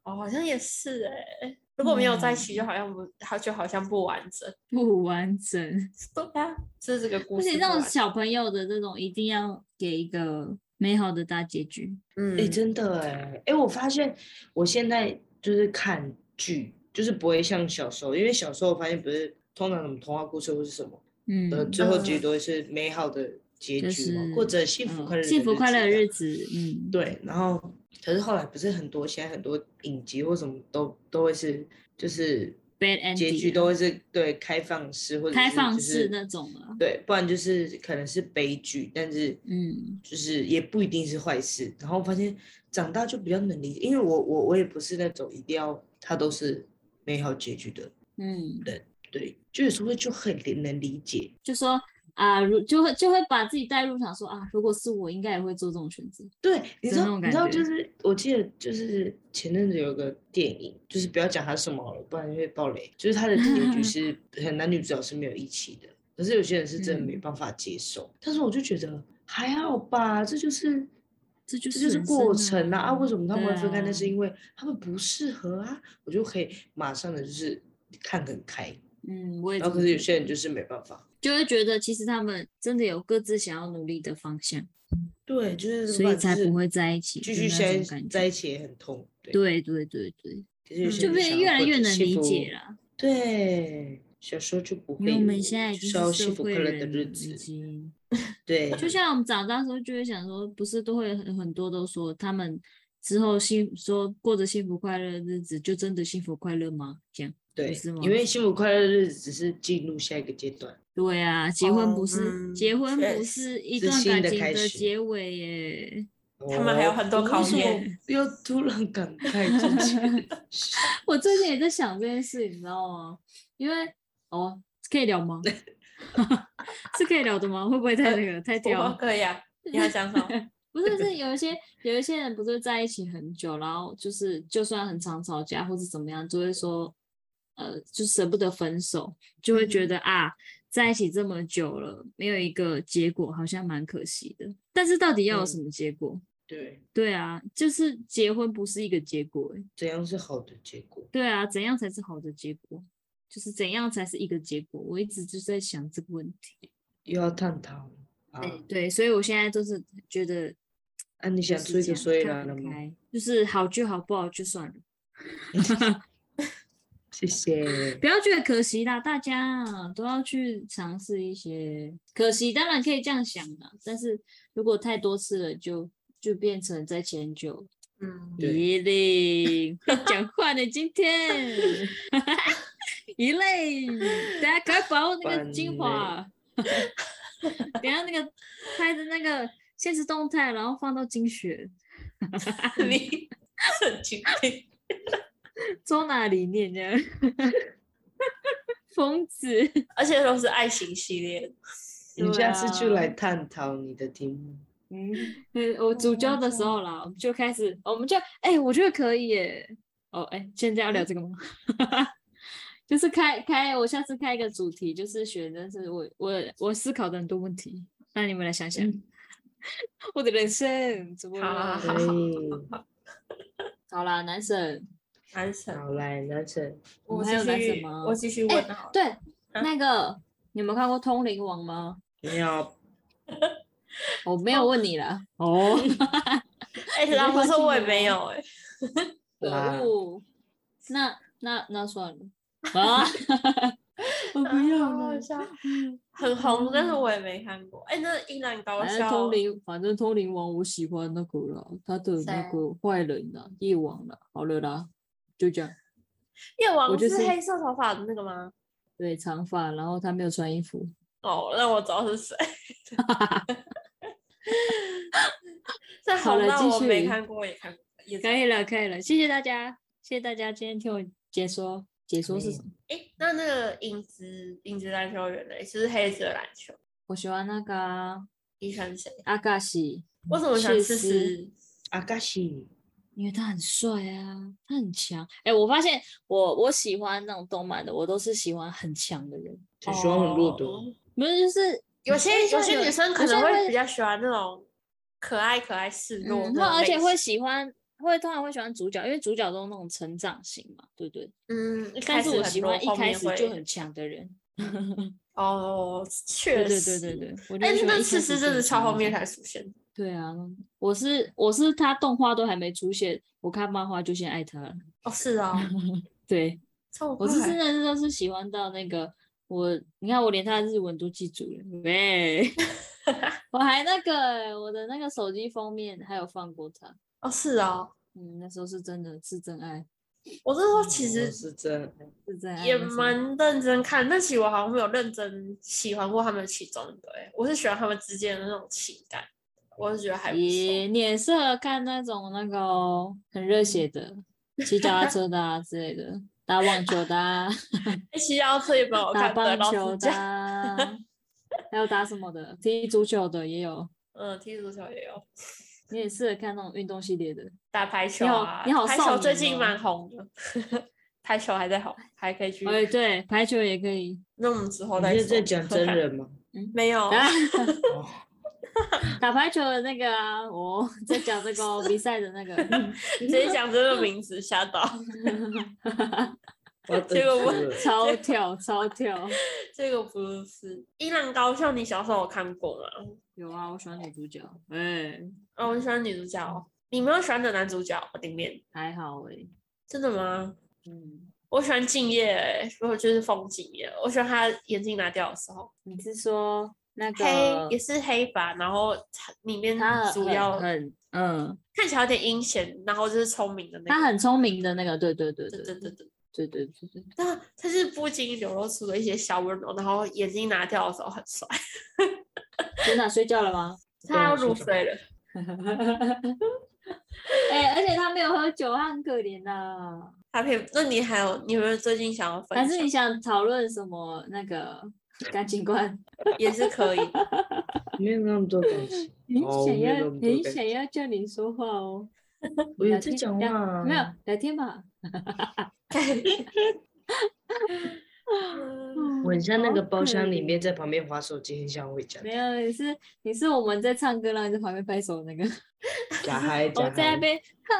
B: 哦，好像也是哎、如果没有在一起，就好像不，好就好像不完整。
A: 不完整，
B: 对啊，就是这个故
A: 而
B: 事
A: 且
B: 不
A: 让
B: 完。
A: 小朋友的这种一定要给一个美好的大结局。
B: 嗯
C: 哎、，真的哎、哎、我发现我现在就是看剧，就是不会像小时候，因为小时候我发现不是通常什么童话故事或是什么，
A: 嗯，
C: 呃，最后
B: 嗯
C: 结局都会是美好的结
A: 就
C: 局嘛，
A: 是
C: 或者幸福
A: 嗯
C: 快乐、
A: 幸福快乐的
C: 子
A: 日
C: 啊。
A: 子，嗯，
C: 对，然后可是后来不是很多，现在很多影集或什么都都会是就是
A: ，bad ending，
C: 结局
A: 啊
C: 都会是对开放式或者
A: 开
C: 是
A: 放
C: 就
A: 式
C: 是
A: 那种啊，
C: 对，不然就是可能是悲剧，但是
A: 嗯，
C: 就是也不一定是坏事。然后发现长大就比较能理解，因为我我我也不是那种一定要它都是美好结局的，
A: 嗯，
C: 对，就有时候就很能理解。
A: 就说啊，如就会就会把自己带入，想说啊，如果是我，应该也会做这种选择。
C: 对，你
A: 的
C: 知
A: 那
C: 道
A: 种
C: 你知道
A: 感觉
C: 就是我记得就是前阵子有个电影，就是不要讲它是什么好了，不然会爆雷。就是它的 结局是很男女主角是没有一起的，可是有些人是真的没
A: 嗯
C: 办法接受。但是我就觉得还好吧，这就是
A: 这就
C: 这
A: 是
C: 就是
A: 人
C: 过
A: 生
C: 程啊！啊，为什么他们会
A: 对
C: 分开？那
A: 啊
C: 是因为他们不适合啊！我就可以马上的就是看得很开，
A: 嗯，我也
C: 然后
A: 这
C: 可
A: 么
C: 是有
A: 觉
C: 些人
A: 得
C: 就是没办法。
A: 就会觉得，其实他们真的有各自想要努力的方向，
C: 对，就是
A: 所以才不会在一起。
C: 继
A: 就
C: 续
A: 那
C: 在
A: 种
C: 一
A: 感
C: 在
A: 觉
C: 一起也很痛。对，
A: 对对对对，
C: 可是有
B: 嗯
C: 些
A: 就
C: 人
A: 变
C: 想
A: 得越
C: 要
A: 来
C: 过
A: 越
C: 着
A: 能
C: 幸
A: 理解
C: 福。
A: 了。
C: 对，小时候就不
A: 因
C: 会
A: 为
C: 有，
A: 我们现在已
C: 就
A: 经
C: 是要
A: 是
C: 幸
A: 社
C: 福
A: 会
C: 快乐的
A: 人
C: 日
A: 了，已
C: 子。
A: 经。
C: 对，
A: 就像我们长大的时候就会想说，不是都会很很多都说他们之后幸说过着幸福快乐的日子，就真的幸福快乐吗？这样
C: 对
A: 不是吗，
C: 因为幸福快乐的日子只是进入下一个阶段。
A: 对啊，结婚
B: 哦
A: 不是、
B: 嗯
A: 结婚
B: 确
A: 不
B: 实
A: 是一
C: 是
A: 段
C: 新
A: 感
C: 的
A: 情
C: 开
A: 的
C: 始
A: 结尾耶。
B: 他们还有
C: 哦
B: 很多
C: 我为
B: 考
C: 什么
A: 验
C: 又突然 感慨自己，
A: 我最近也在想这件事，你知道吗？因为哦，可以聊吗？ 是可以聊的吗？会不会太那个 太
B: 不
A: 屌
B: 过
A: 了？
B: 可以啊。你要讲什 么？
A: 不是，是有一些有一些人不是在一起很久，然后就是就算很常吵架或是怎么样，就会说，呃，就舍不得分手，就会觉
B: 嗯
A: 得、啊，在一起这么久了，没有一个结果，好像蛮可惜的。但是到底要有什
C: 嗯
A: 么结果？
C: 对，
A: 对啊，就是结婚不是一个结果、欸，
C: 怎样是好的结果？
A: 对啊，怎样才是好的结果？就是怎样才是一个结果？我一直就在想这个问题。
C: 又要探讨啊
A: 哎、？对，所以我现在都是觉得
C: 啊，你
A: 就
C: 想
A: 是
C: 出一
A: 这
C: 个
A: 样
C: 所以
A: 看
C: 然
A: 不
C: 了吗？
A: 开就是好就好，不好就算了，
C: 谢谢
A: 不。要觉得可惜啦。大家啊都要去尝试一些可惜，当然可以这样想啦，但是如果太多次了就，就变成在迁就。
B: 嗯，
C: 对
A: 一类会 讲话的今天，一类，大家赶快把握那个
C: 烦
A: 精
C: 嘞
A: 华， 等一下那个拍的那个现实动态，然后放到精选，
B: 啊 你很精辟。
A: 从哪里念这样？ 疯子，
B: 而且都是爱情系列。
C: 你下次就
A: 对
C: 来
A: 啊
C: 探讨你的题目。
A: 嗯，我
B: 哦
A: 主教的时候啦，我们就开始，我们就，哎、我觉得可以耶。哦，哎、现在要聊这个吗？ 就是开开，我下次开一个主题，就是学生是我我我思考的很多问题，那你们来想想， 我的人生怎么
B: 嗯好啊
A: 了
B: 好
C: 所以，
A: 好啦，男神，
B: 男神，
C: 好来，男神，
A: 我
B: 我
A: 们还有
B: 继
A: 男神
B: 续，
A: 吗
B: 我继续问啊好了。
A: 对，
B: 嗯
A: 那个你有没有看过《通灵王》吗？
C: 你要
A: 我没有问你啦。 哦，
B: 哎，
A: 你在
B: 老婆
A: 关
B: 说
A: 心
B: 我也
A: 我
B: 没 有哎。
A: 可
B: 啊
C: 啦
A: 恶，那那那算 了啊， 我
B: 啊好好笑很红，但是我也没看过。哎，那《樱兰高
A: 嗯反
B: 校
A: 正》通灵，反正通灵王我喜欢那个啦，他的
B: 谁
A: 那
B: 啊
A: 个坏人啦，夜王啦，好了啦，就这样。
B: 夜
A: 我
B: 王
A: 就是是
B: 黑色头发的那个吗？
A: 对，长发，然后他没有穿衣服，
B: 哦，让我知道是谁。 这
A: 好了
B: 到
A: 继
B: 我没
A: 续
B: 看过也看过，也
A: 可以了，可以了，谢谢大家，谢谢大家今天听我解说，解说是
C: 嗯
A: 什么？
B: 哎，那那个影子影子篮球员呢？就是黑子的篮球，
A: 我喜欢那个啊
B: 你喜欢谁？
A: 阿嘎西，
B: 为什么喜欢
A: 谢
B: 思
A: 思
B: 思？
C: 阿嘎西，
A: 因为他很帅啊，他很强。哎、我发现我我喜欢那种动漫的，我都是喜欢很强的人，
C: 只喜欢很弱的，
B: 哦
A: 不是就是
B: 有些有
A: 像
B: 些女生可
A: 有些
B: 能会比较喜欢那种可爱可爱示弱的
A: 嗯，
B: 类
A: 会
B: 型，
A: 而且会喜欢，会通常会喜欢主角，因为主角都是那种成长型嘛，对不对？
B: 嗯，一开
A: 但是
B: 始
A: 我
B: 很
A: 喜
B: 弱
A: 欢一
B: 后
A: 开
B: 面
A: 始就
B: 会
A: 很强的人。
B: 哦，确
A: 对对
B: 实，
A: 对对对，我就
B: 哎
A: 是喜，欢一
B: 那
A: 开
B: 思思
A: 始就
B: 真的
A: 很
B: 超
A: 强
B: 后
A: 的
B: 面
A: 人
B: 才出现，
A: 对啊，我 是我是他动画都还没出现，我看漫画就先爱他了。
B: 哦，是啊，
A: 对
B: 超
A: 我
B: 快
A: 是真的是都是喜欢到那个我，你看我连他的日文都记住了，喂， 我还那个欸我的那个手机封面还有放过他，
B: 哦，是啊，
A: 嗯，那时候是真的是真爱，
B: 我是说其
C: 我
B: 实
C: 是真
A: 嗯是真爱
B: 也
A: 那时候
B: 蛮认真看，但其实我好像没有认真喜欢过他们其中一个、欸，我是喜欢他们之间的那种情感，我是觉得还不错。哎
A: 也你也适合看那种那个哦很热血的，
B: 嗯
A: 骑脚踏车的啊之类 的，打网球的啊，
B: 哎，其实要特也蛮好
A: 打
B: 看
A: 棒
B: 的，老
A: 球
B: 实
A: 的
B: 讲，
A: 啊，还有打什么的，踢足球的也有。
B: 嗯，踢足球也有，
A: 你也适合看那种运动系列的，
B: 打排球
A: 好
B: 啊，
A: 你好
B: 排
A: 少
B: 球最
A: 年
B: 近
A: 哦
B: 蛮红的， 排球还在红，还可以去。
A: 哎，对，排球也可以
B: 那我们之后
C: 的。
B: 再
C: 你是在
B: 说
C: 讲
B: 呵
C: 真
B: 呵
C: 人 吗？
B: 没有，
A: 啊，
C: 哦，
A: 打排球的那个啊，我、 在讲这个哦比赛的那 个，
B: 直接讲真的名字吓到，
C: 我要
B: 结果
C: 登
B: 我
C: 出了
A: 超跳超跳，
B: 这个不是伊朗高校，你小时候有看过吗？
A: 有啊，我喜欢女主角，哎，
B: 哦，我喜欢女主角哦，你没有喜欢的男主角里面，
A: 还好哎，
B: 真的吗？
A: 嗯，
B: 我喜欢敬业、欸，我就是风景业，我喜欢他眼镜拿掉的时候，
A: 你是说那
B: 黑
A: 个
B: 也是黑吧，然后他里面
A: 他
B: 主要
A: 很很嗯，
B: 看起来有点阴险，然后就是聪明的那个，
A: 他很聪明的那个，对对对
B: 对
A: 对
B: 对
A: 对
B: 对
A: 对
B: 对，
A: 对对对，
B: 但他是不经意流露出了一些小温柔，然后眼睛拿掉的时候很帅，
A: 真的睡觉了吗？
B: 他要
C: 对
B: 入
C: 是的
B: 睡了。
A: 哎，而且他没有喝酒，他很可怜呐、
B: 他可以，那你还有你有没有最近想要分
A: 还
B: 享？
A: 是你想讨论什么那个感情观？，
B: 也是可以。
C: 没有那么多东西
A: 你
C: 哦，
A: 想
C: 没有
A: 要
C: 那么多
A: 你
C: 感
A: 想要叫你说话哦，
C: 我
A: 聊
C: 有在
A: 天
C: 讲
A: 聊
C: 话啊，
A: 没有聊天吧？
B: 嗯
C: 我很像那
A: 好
C: 个
A: 可
C: 包厢里
A: 怜
C: 面在旁边划手机，很想回家。
A: 嗯没有，你是你是我们在唱歌，然后你在旁边拍手的那个，
C: 假嗨，
A: 我
C: 假
A: 在那
C: 嗨，
A: 边啊，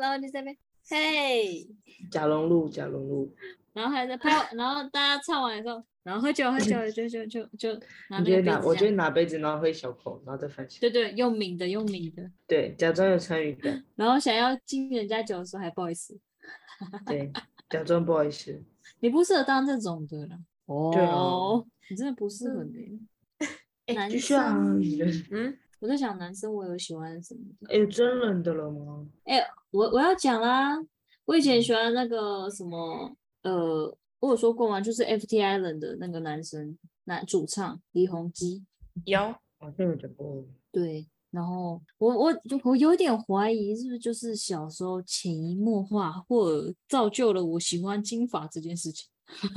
A: 然后你在那边嘿，
C: 假融入，假融入。
A: 然后还在拍完，然后大家唱完之后，然后喝酒喝酒就就就就拿那
C: 你觉
A: 个
C: 得拿，我
A: 杯子
C: 觉得
A: 这样，
C: 拿杯子，然后喝一小口，然后再翻下。
A: 对对，用抿的用抿的，
C: 对，假装有参与 感，
A: 然后想要敬人家酒的时候还不好意思，
C: 对，假装不好意思。
A: 你不适合当这种的啦。
C: 对啊
A: 哦，你真的不适合
B: 嗯
A: 你。
B: 哎
A: 男
C: 就像
A: 生，
C: 你的，
B: 嗯，
A: 我在想男生我有喜欢什么的，
C: 哎，有真人的了吗？
A: 我我要讲啦，我以前喜欢那个什么，呃，我有说过吗？就是 FT Island 的那个男生男主唱李弘基，
B: 有
C: 好像有讲过。
A: 对。然后我我我有点怀疑，是不是就是小时候潜移默化或者造就了我喜欢金发这件事情？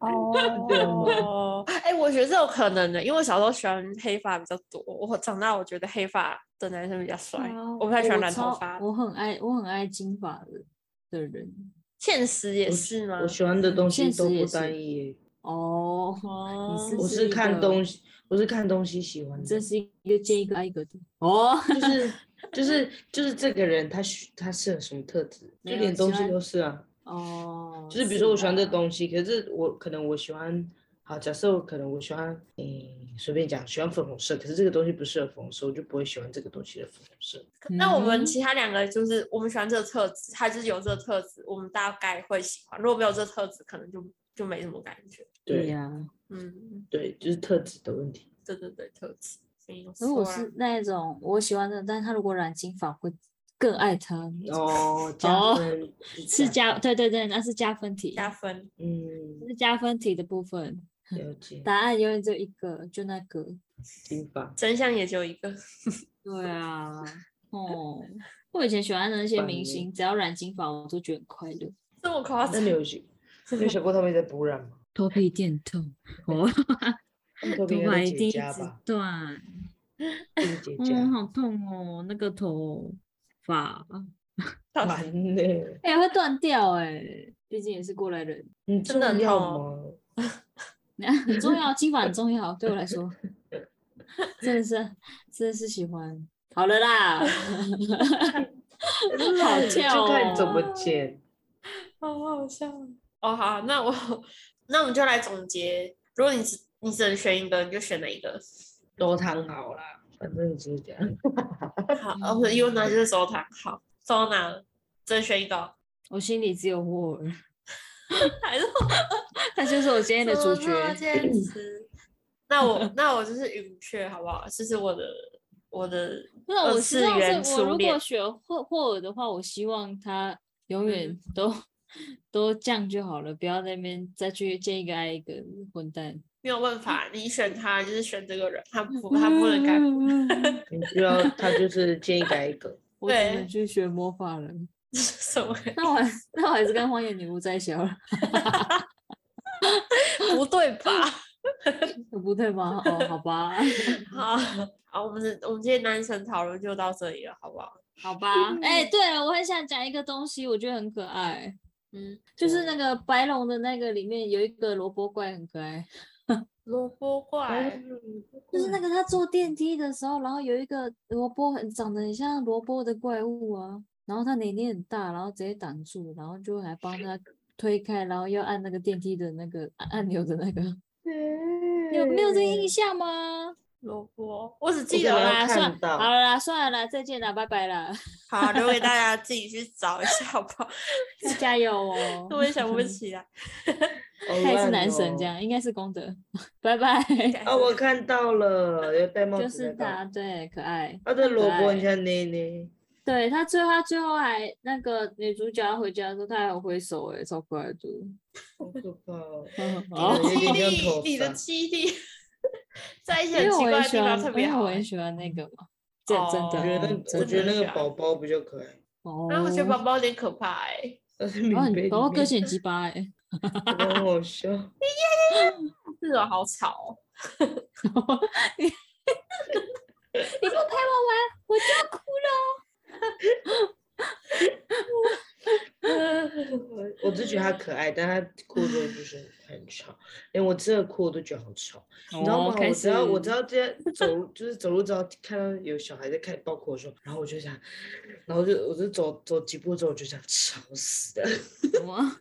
B: 哦。哎、我觉得这有可能的，因为我小时候喜欢黑发比较多，我长大我觉得黑发的男生比较帅，
A: 啊
C: 哦
B: 我不太喜欢染
A: 超
B: 头发。
A: 我很爱我很爱金发的的人
B: 现实也
C: 我
B: 是吗
C: 我？喜欢的东
A: 嗯
C: 西
A: 现实
C: 都
A: 也
C: 不
A: 是
C: 单一耶，
A: 哦。
B: 哦
A: 是
C: 我
A: 是
C: 是
A: 一
C: 看
A: 个
C: 东西，我是看东西喜欢
A: 你
B: 嗯
C: 的。
A: 真是一个见一个爱一个的 哦。
C: 就是就是就是这个人他需他适合什么特质，
A: 没
C: 就
A: 有
C: 连
A: 喜
C: 东西
A: 欢
C: 都是啊。
A: 哦，
C: 就是比如说我喜欢这
A: 啦，
C: 东西，可是我可能我喜欢，好，假设我可能我喜欢，嗯，随便讲，喜欢粉红色，可是这个东西不适合粉红色，我就不会喜欢这个东西的粉红色。
B: 那我们
A: 嗯
B: 其他两个就是我们喜欢这个特质，他就是有这个特质，我们大概会喜欢。如果没有这个特质，可能就就没什么感觉。
A: 对
C: 对
A: 呀、
B: 嗯，
C: 对，就是特质的问题。
B: 对对对，特质。没有啊
A: 如果
B: 错啦
A: 是那一种我喜欢的，但是他如果染金发会更爱他，
C: 哦，
A: 哦
C: 加分就是
A: 加
C: 分
A: 对对对，那是加分题，
B: 啊加分，
C: 嗯，
A: 是加分题的部分。
C: 了解，
A: 答案永远只有一个，就那个。
C: 听吧，
B: 真相也只有一个。
A: 对啊， 哦，我以前喜欢的那些
C: 烦
A: 明
C: 欸
A: 星，只要染金发，我都觉得很快乐。
B: 这么夸
C: 那
B: 张
C: 你？有想，你有想过他们在补染吗？
A: 头皮电痛，哦，
C: 他 们
A: 头
C: 头皮应
A: 发
C: 该
A: 一
C: 都
A: 定
C: 结
A: 一
C: 痂
A: 直
C: 吧？
A: 断，
C: 都是 结
A: 哦，
C: 痂，
A: 好痛哦，那个头发，
B: 到底
C: 完了，
A: 哎、会断掉哎、毕竟也是过来人，
C: 你
B: 真
C: 重
B: 的很
C: 要
B: 痛
C: 吗？
A: 很重要，金发很重要，对我来说， 真的是，真的是喜欢。好了啦，好跳
C: 就看你怎么
A: 哦
C: 剪。
B: 好好笑哦！哦好，那我 那我们就来总结。如果你只你只能选一个，你就选哪一个？
C: 多汤好啦，反正就是这样。
B: 好，哦，不是 u n 就是收藏。好，收纳了，只能选一个哦，
A: 我心里只有沃 尔，
B: 还是
A: 他就是我今天的主角。
B: 坚持。那我那我就是云雀，好不好？这是我的我的
A: 那
B: 二
A: 我
B: 次
A: 知道
B: 元
A: 是我
B: 初
A: 如果
B: 恋
A: 选霍霍尔的话，我希望他永远
B: 嗯
A: 都、 都这样就好了，不要在那边再去见一个爱一个混蛋。
B: 没有办法，你选他就是选这个人，他不他不 能 改。
A: 改，
C: 你需要他就是建议改一个，
A: 我只
B: 对
A: 能去学魔法了。
B: 什么？
A: 那我还那我还是跟荒野女巫在一起好了，
B: 不对吧？
A: 不对吗？哦，好吧，
B: 好，好，我们的我们今天男神讨论就到这里了，好不好？
A: 好 吧。哎、对了，我很想讲一个东西，我觉得很可爱，
B: 嗯，
A: 就是那个白龙的那个里面有一个萝卜怪，很可爱。
B: 萝卜怪，
A: 哎就是
B: 嗯
A: 那个他坐电梯的时候，然后有一个萝卜很长得很像萝卜的怪物啊，然后他年龄很大，然后直接挡住，然后就还帮他推开，然后要按那个电梯的那个按按钮的那个，有没有这个印象吗？
B: 萝卜，我只
C: 我
B: 记
C: 可
B: 得
A: 好
C: 能要
B: 啦。
A: 啦，算
C: 看到
A: 好了啦，算了啦，再见啦，拜拜啦，
B: 好，留给大 家自己去找一下，好不好？
A: 加油哦！
B: 我也想不起 来。
C: 他
A: 他也是男神，这样应该是功德，拜拜。啊
C: 哦，我看到了，有戴帽
A: 就
C: 子
A: 是
C: 那个。
A: 他，对，可爱。
C: 啊，这萝卜
A: 爱
C: 很像 内内，
A: 对他最后，他最后还那个女主角回家的时候，他还有挥手、欸，哎，超可爱的。
C: 好可 怕哦！
A: 哦，
C: 有
B: 基
C: 点像
B: 地，
C: 头
B: 你的
C: 发
B: 基地，在一
A: 因
B: 些很
A: 为
B: 奇
A: 我
B: 怪
A: 也
B: 的
A: 喜
B: 地
A: 欢
B: 方，特别
A: 因为
B: 好
A: 我
B: 欸
A: 也。喜欢那个嘛，这真
C: 我
A: 的，
C: 觉得
A: 嗯
C: 那我
A: 真
C: 觉
A: 的
C: 得那
B: 很可
C: 个
B: 爱
C: 宝宝比较可爱，
A: 哦。
B: 然后我觉得宝宝有点可怕哎，
C: 但是
A: 然后哦
C: 敏
A: 你
C: 贝
A: 宝宝
C: 里
A: 个
C: 面
A: 性很鸡巴哎，
C: 宝宝 好笑，
B: 这种好吵哦。
A: 你你不陪我玩，我就要哭了。
C: 我只觉得他可爱，但他哭的时候就是很吵，连我这哭我都觉得好吵，你知道
A: 哦
C: 吗？
A: 开
C: 我只要我
A: 始
C: 只要这样走路，就是走路只要看到有小孩在看包括我说，然后我就想，然后就我就走走几步之后我就想吵死了，
A: 什么？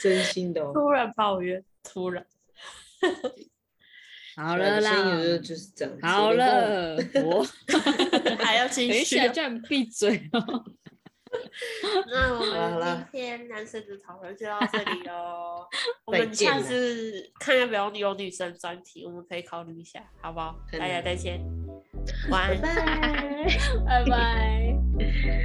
C: 真心的哦。
B: 突然抱怨，突然。
A: 好
C: 对啊
A: 了
C: 声音有时候
A: 啦，
C: 就是这样子。
A: 好
C: 有点像我
A: 了，我
B: 还要继
A: 等一
B: 续
A: 下
B: 哦。
A: 叫你闭嘴哦。
B: 那我
C: 好了好
B: 们
C: 了
B: 今天男生的讨论就到这里 喽。我
C: 再
B: 们
C: 见
B: 下
C: 啦
B: 次看要不要有女生专题，我们可以考虑一下，好不好？
C: 可以
B: 大家再见，晚安。
A: 拜拜。